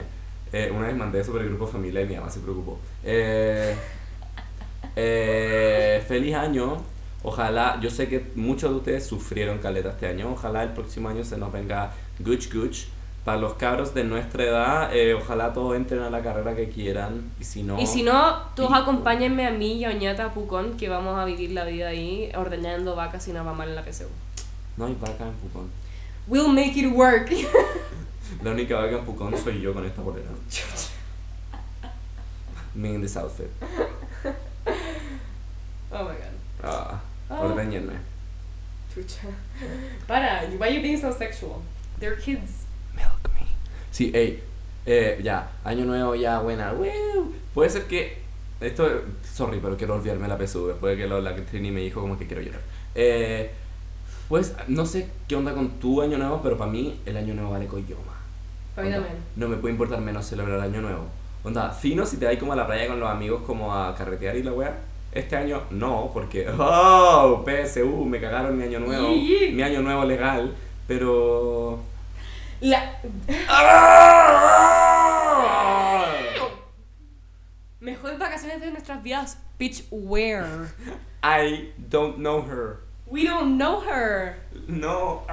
Eh, una vez mandé eso por el grupo de familia y mi mamá se preocupó. Eh, eh, feliz año. Ojalá, yo sé que muchos de ustedes sufrieron caleta este año. Ojalá el próximo año se nos venga Guch Guch. Para los cabros de nuestra edad, eh, ojalá todos entren a la carrera que quieran. Y si no. Y si no, todos Y- acompáñenme a mí y a Oñata a Pucón, que vamos a vivir la vida ahí ordeñando vacas y una mamá en la PSU. No hay vaca en Pucón. We'll make it work. La única vaca en Pucón soy yo con esta bolera. Me in this outfit. oh my god. Ah, Ah. ordeñenme. Chucha. Para, why are you being so sexual? They're kids. Milk me. Sí, ey. eh, ya, año nuevo, ya, buena. woo. Puede ser que. Esto, sorry, pero quiero olvidarme la PSU. Después de que lo- la Trini me dijo como que quiero llorar. Eh, pues, no sé qué onda con tu año nuevo, pero para mí el año nuevo vale coyoma. Para mí Onda, también. No me puede importar menos celebrar año nuevo. Onda, fino si te vas como a la playa con los amigos como a carretear y la weá. Este año no, porque ¡Oh! PSU, me cagaron mi año nuevo. Yi. Mi año nuevo legal, pero. La... Mejores vacaciones de nuestras vidas, bitch, where? I don't know her. We don't know her. No.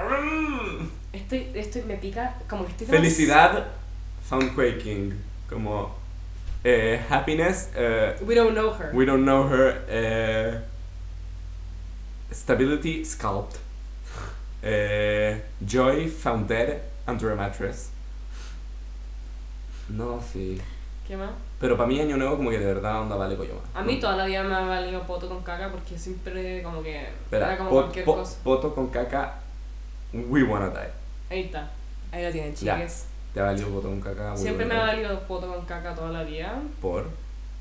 Estoy, estoy, me pica, como que estoy... Felicidad, sound quaking. Como. eh, happiness, eh, We don't know her. We don't know her. eh, stability sculpt. Eh, joy found dead under a mattress. No, sí. ¿Qué más? Pero para mí año nuevo como que de verdad onda vale coyoma. A mí toda la vida me ha valido poto con caca porque siempre como que era Espera, como po- cualquier po- cosa. poto con caca. We wanna die. Ahí está. Ahí lo tienen, Ya. Ah, chiques. Te valió poto con caca. we Siempre me wanna ha die. valido poto con caca toda la vida. Por.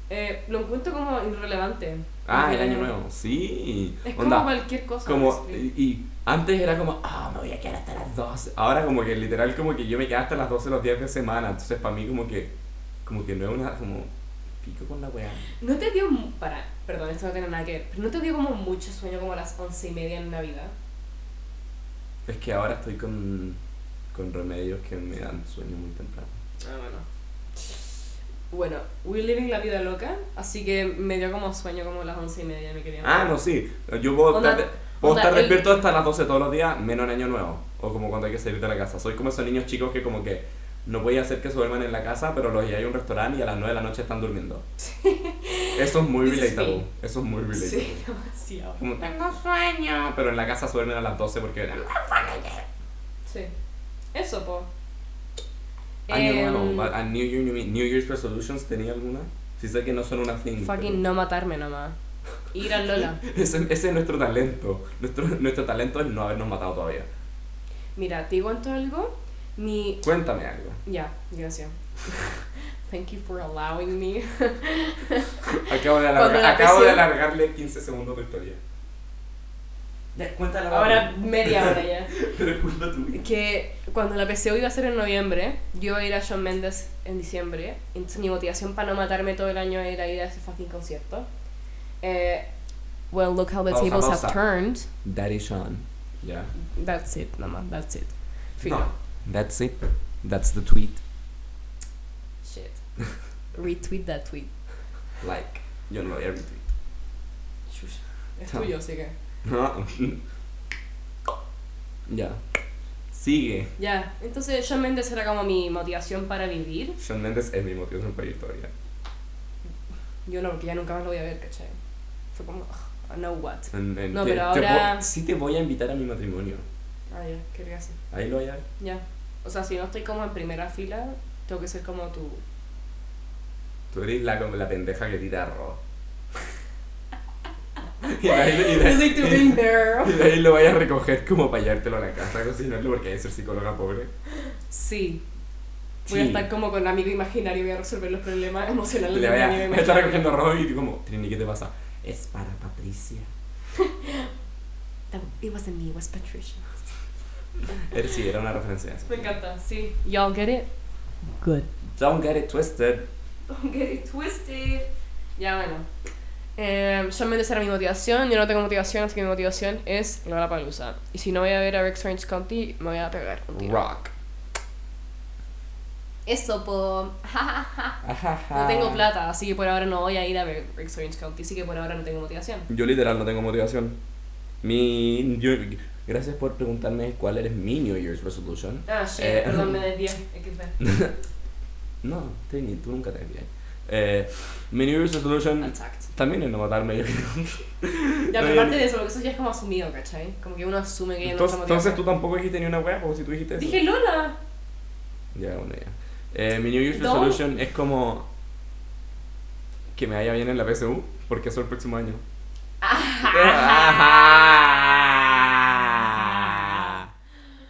Eh, lo encuentro como irrelevante. Ah, el Porque año nuevo. Sí. Es como Onda, cualquier cosa. Como, ¿sí? y, y antes era como, ah, me voy a quedar hasta las 12. Ahora como que literal como que yo me quedaba hasta las 12 los días de semana. Entonces para mí como que, como que no es una, como, pico con la weá. ¿No te dio... mu- Para, perdón, esto no tiene nada que ver. Pero ¿no te dio como mucho sueño como a las once y media en Navidad? Es que ahora estoy con, con remedios que me dan sueño muy temprano. Ah, bueno. Bueno, we're living la vida loca, así que me dio como sueño como a las once y media, mi querida. Ah, no, sí. Yo puedo Onda- estar, de- puedo onda, estar el- despierto hasta las 12 todos los días, menos en año nuevo. O como cuando hay que salir de la casa. Soy como esos niños chicos que como que no voy a hacer que se duerman en la casa, pero los lleváis a un restaurante y a las 9 de la noche están durmiendo. Eso es muy This is relatable. me. Eso es muy relatable. Sí, demasiado. Como, Tengo sueño. Pero en la casa se duermen a las 12 porque ah, Sí. Eso, po. año Em, nuevo, a- a New, Year, New, Me- New Year's Resolutions, ¿tenía alguna? Si sé que no son una thing. Fucking no matarme nomás. Ir al Lola. pero Ese, ese es nuestro talento. Nuestro, nuestro talento es no habernos matado todavía. Mira, te cuento algo. Mi. Cuéntame algo. Ya, gracias. Thank you for allowing me. Acabo de, Cuando alargar, la acabo de presión- alargarle 15 segundos de historia. Ya, cuéntala. Ahora Barbie. media hora ya. Pero cuenta tú. Que cuando la PCU iba a ser en noviembre, yo iba a ir a Shawn Mendes en diciembre. Entonces mi motivación para no matarme todo el año era ir a ese fucking concierto. eh, well, look how the Pausa, tables pausa. have turned. Daddy Sean. Ya. That's it, nada más, that's it. Fin. No. That's it. That's the tweet. Shit. Retweet that tweet. Like. Yo no lo voy a retweet. Shush. Es No. tuyo, así que. No. ya. Sigue. Ya, entonces Shawn Mendes era como mi motivación para vivir. Sean Mendes es mi motivación para ir todavía. Yo no, porque ya nunca más lo voy a ver, ¿cachai? Fue como, ugh, I know what. En- en- No, te- pero te vo- ahora- sí te voy a invitar a mi matrimonio. Ah, ya, qué gracia. Ahí lo voy a ver. Ya. O sea, si no estoy como en primera fila, tengo que ser como tú. Tú eres la, como la pendeja que tira arroz. y de ahí, y de- soy tu ring y girl. de ahí lo vayas a recoger como para llevártelo a la casa, cocinarlo porque hay que ser psicóloga pobre. Sí. Voy a Sí. estar como con amigo imaginario y voy a resolver los problemas emocionales Le de mi amigo vaya, a estar imaginario. recogiendo arroz y tú como, Trini, ¿qué te pasa? Es para Patricia. That- It wasn't me, it was Patricia. Él sí, era una referencia a eso. Me encanta, sí. Y'all get it? Good. Don't get it twisted. Don't get it twisted. Ya, bueno. Eh, Shawn Mendes era mi motivación. Yo no tengo motivación, así que mi motivación es la Palusa. Y si no voy a ver a Rex Orange County, me voy a pegar un tiro. Rock. Eso, po. Ajaja. No tengo plata, así que por ahora no voy a ir a ver Rex Orange County, así que por ahora no tengo motivación. Yo literal no tengo motivación. Mi, yo- gracias por preguntarme cuál eres mi New Year's resolution. Ah, shit, Eh, perdón, me desvié. XD. no, Trini, tú nunca te envías. Eh, mi New Year's resolution Attacked. también es no matarme. yo creo. Ya, No, pero yo- aparte de eso, porque eso ya es como asumido, ¿cachai? Como que uno asume que ya no entonces, está entonces motivado. tú tampoco dijiste ni una wea, o si tú dijiste eso. Dije Lola. Ya, bueno, ya. Eh, mi New Year's Don't- resolution es como que me vaya bien en la PSU, porque eso el próximo año.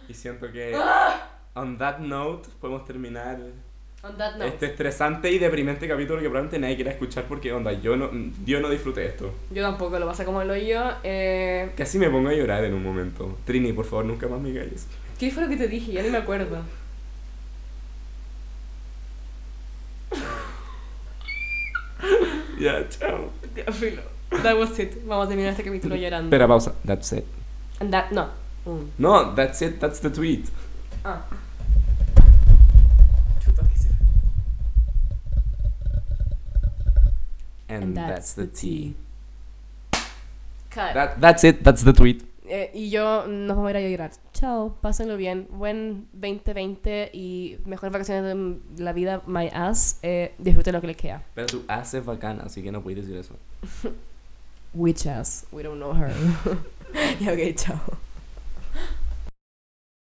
Y siento que, on that note, podemos terminar Ah. On that note. este estresante y deprimente capítulo que probablemente nadie quiera escuchar porque, onda, yo no, yo no disfruté esto. Yo tampoco lo pasé como lo yo. Eh, Casi me pongo a llorar en un momento. Trini, por favor, nunca más me calles. ¿Qué fue lo que te dije? Ya ni me acuerdo. Ya, chao. Ya, filo. That was it. Vamos a terminar este capítulo llorando. Espera, pausa. That's it. And that, no. Mm. No, that's it, that's the tweet. Ah. Chuta, que se And, that's, the tea. Cut. That, that's it, that's the tweet. Eh, y yo nos vamos a ir a llorar. Chao, pásenlo bien. Buen 2020 y mejores vacaciones de la vida, my ass. Eh, disfruten lo que les queda. Pero tú haces bacana, así que no puedes decir eso. Which ass? We don't know her. ya, ok, chao.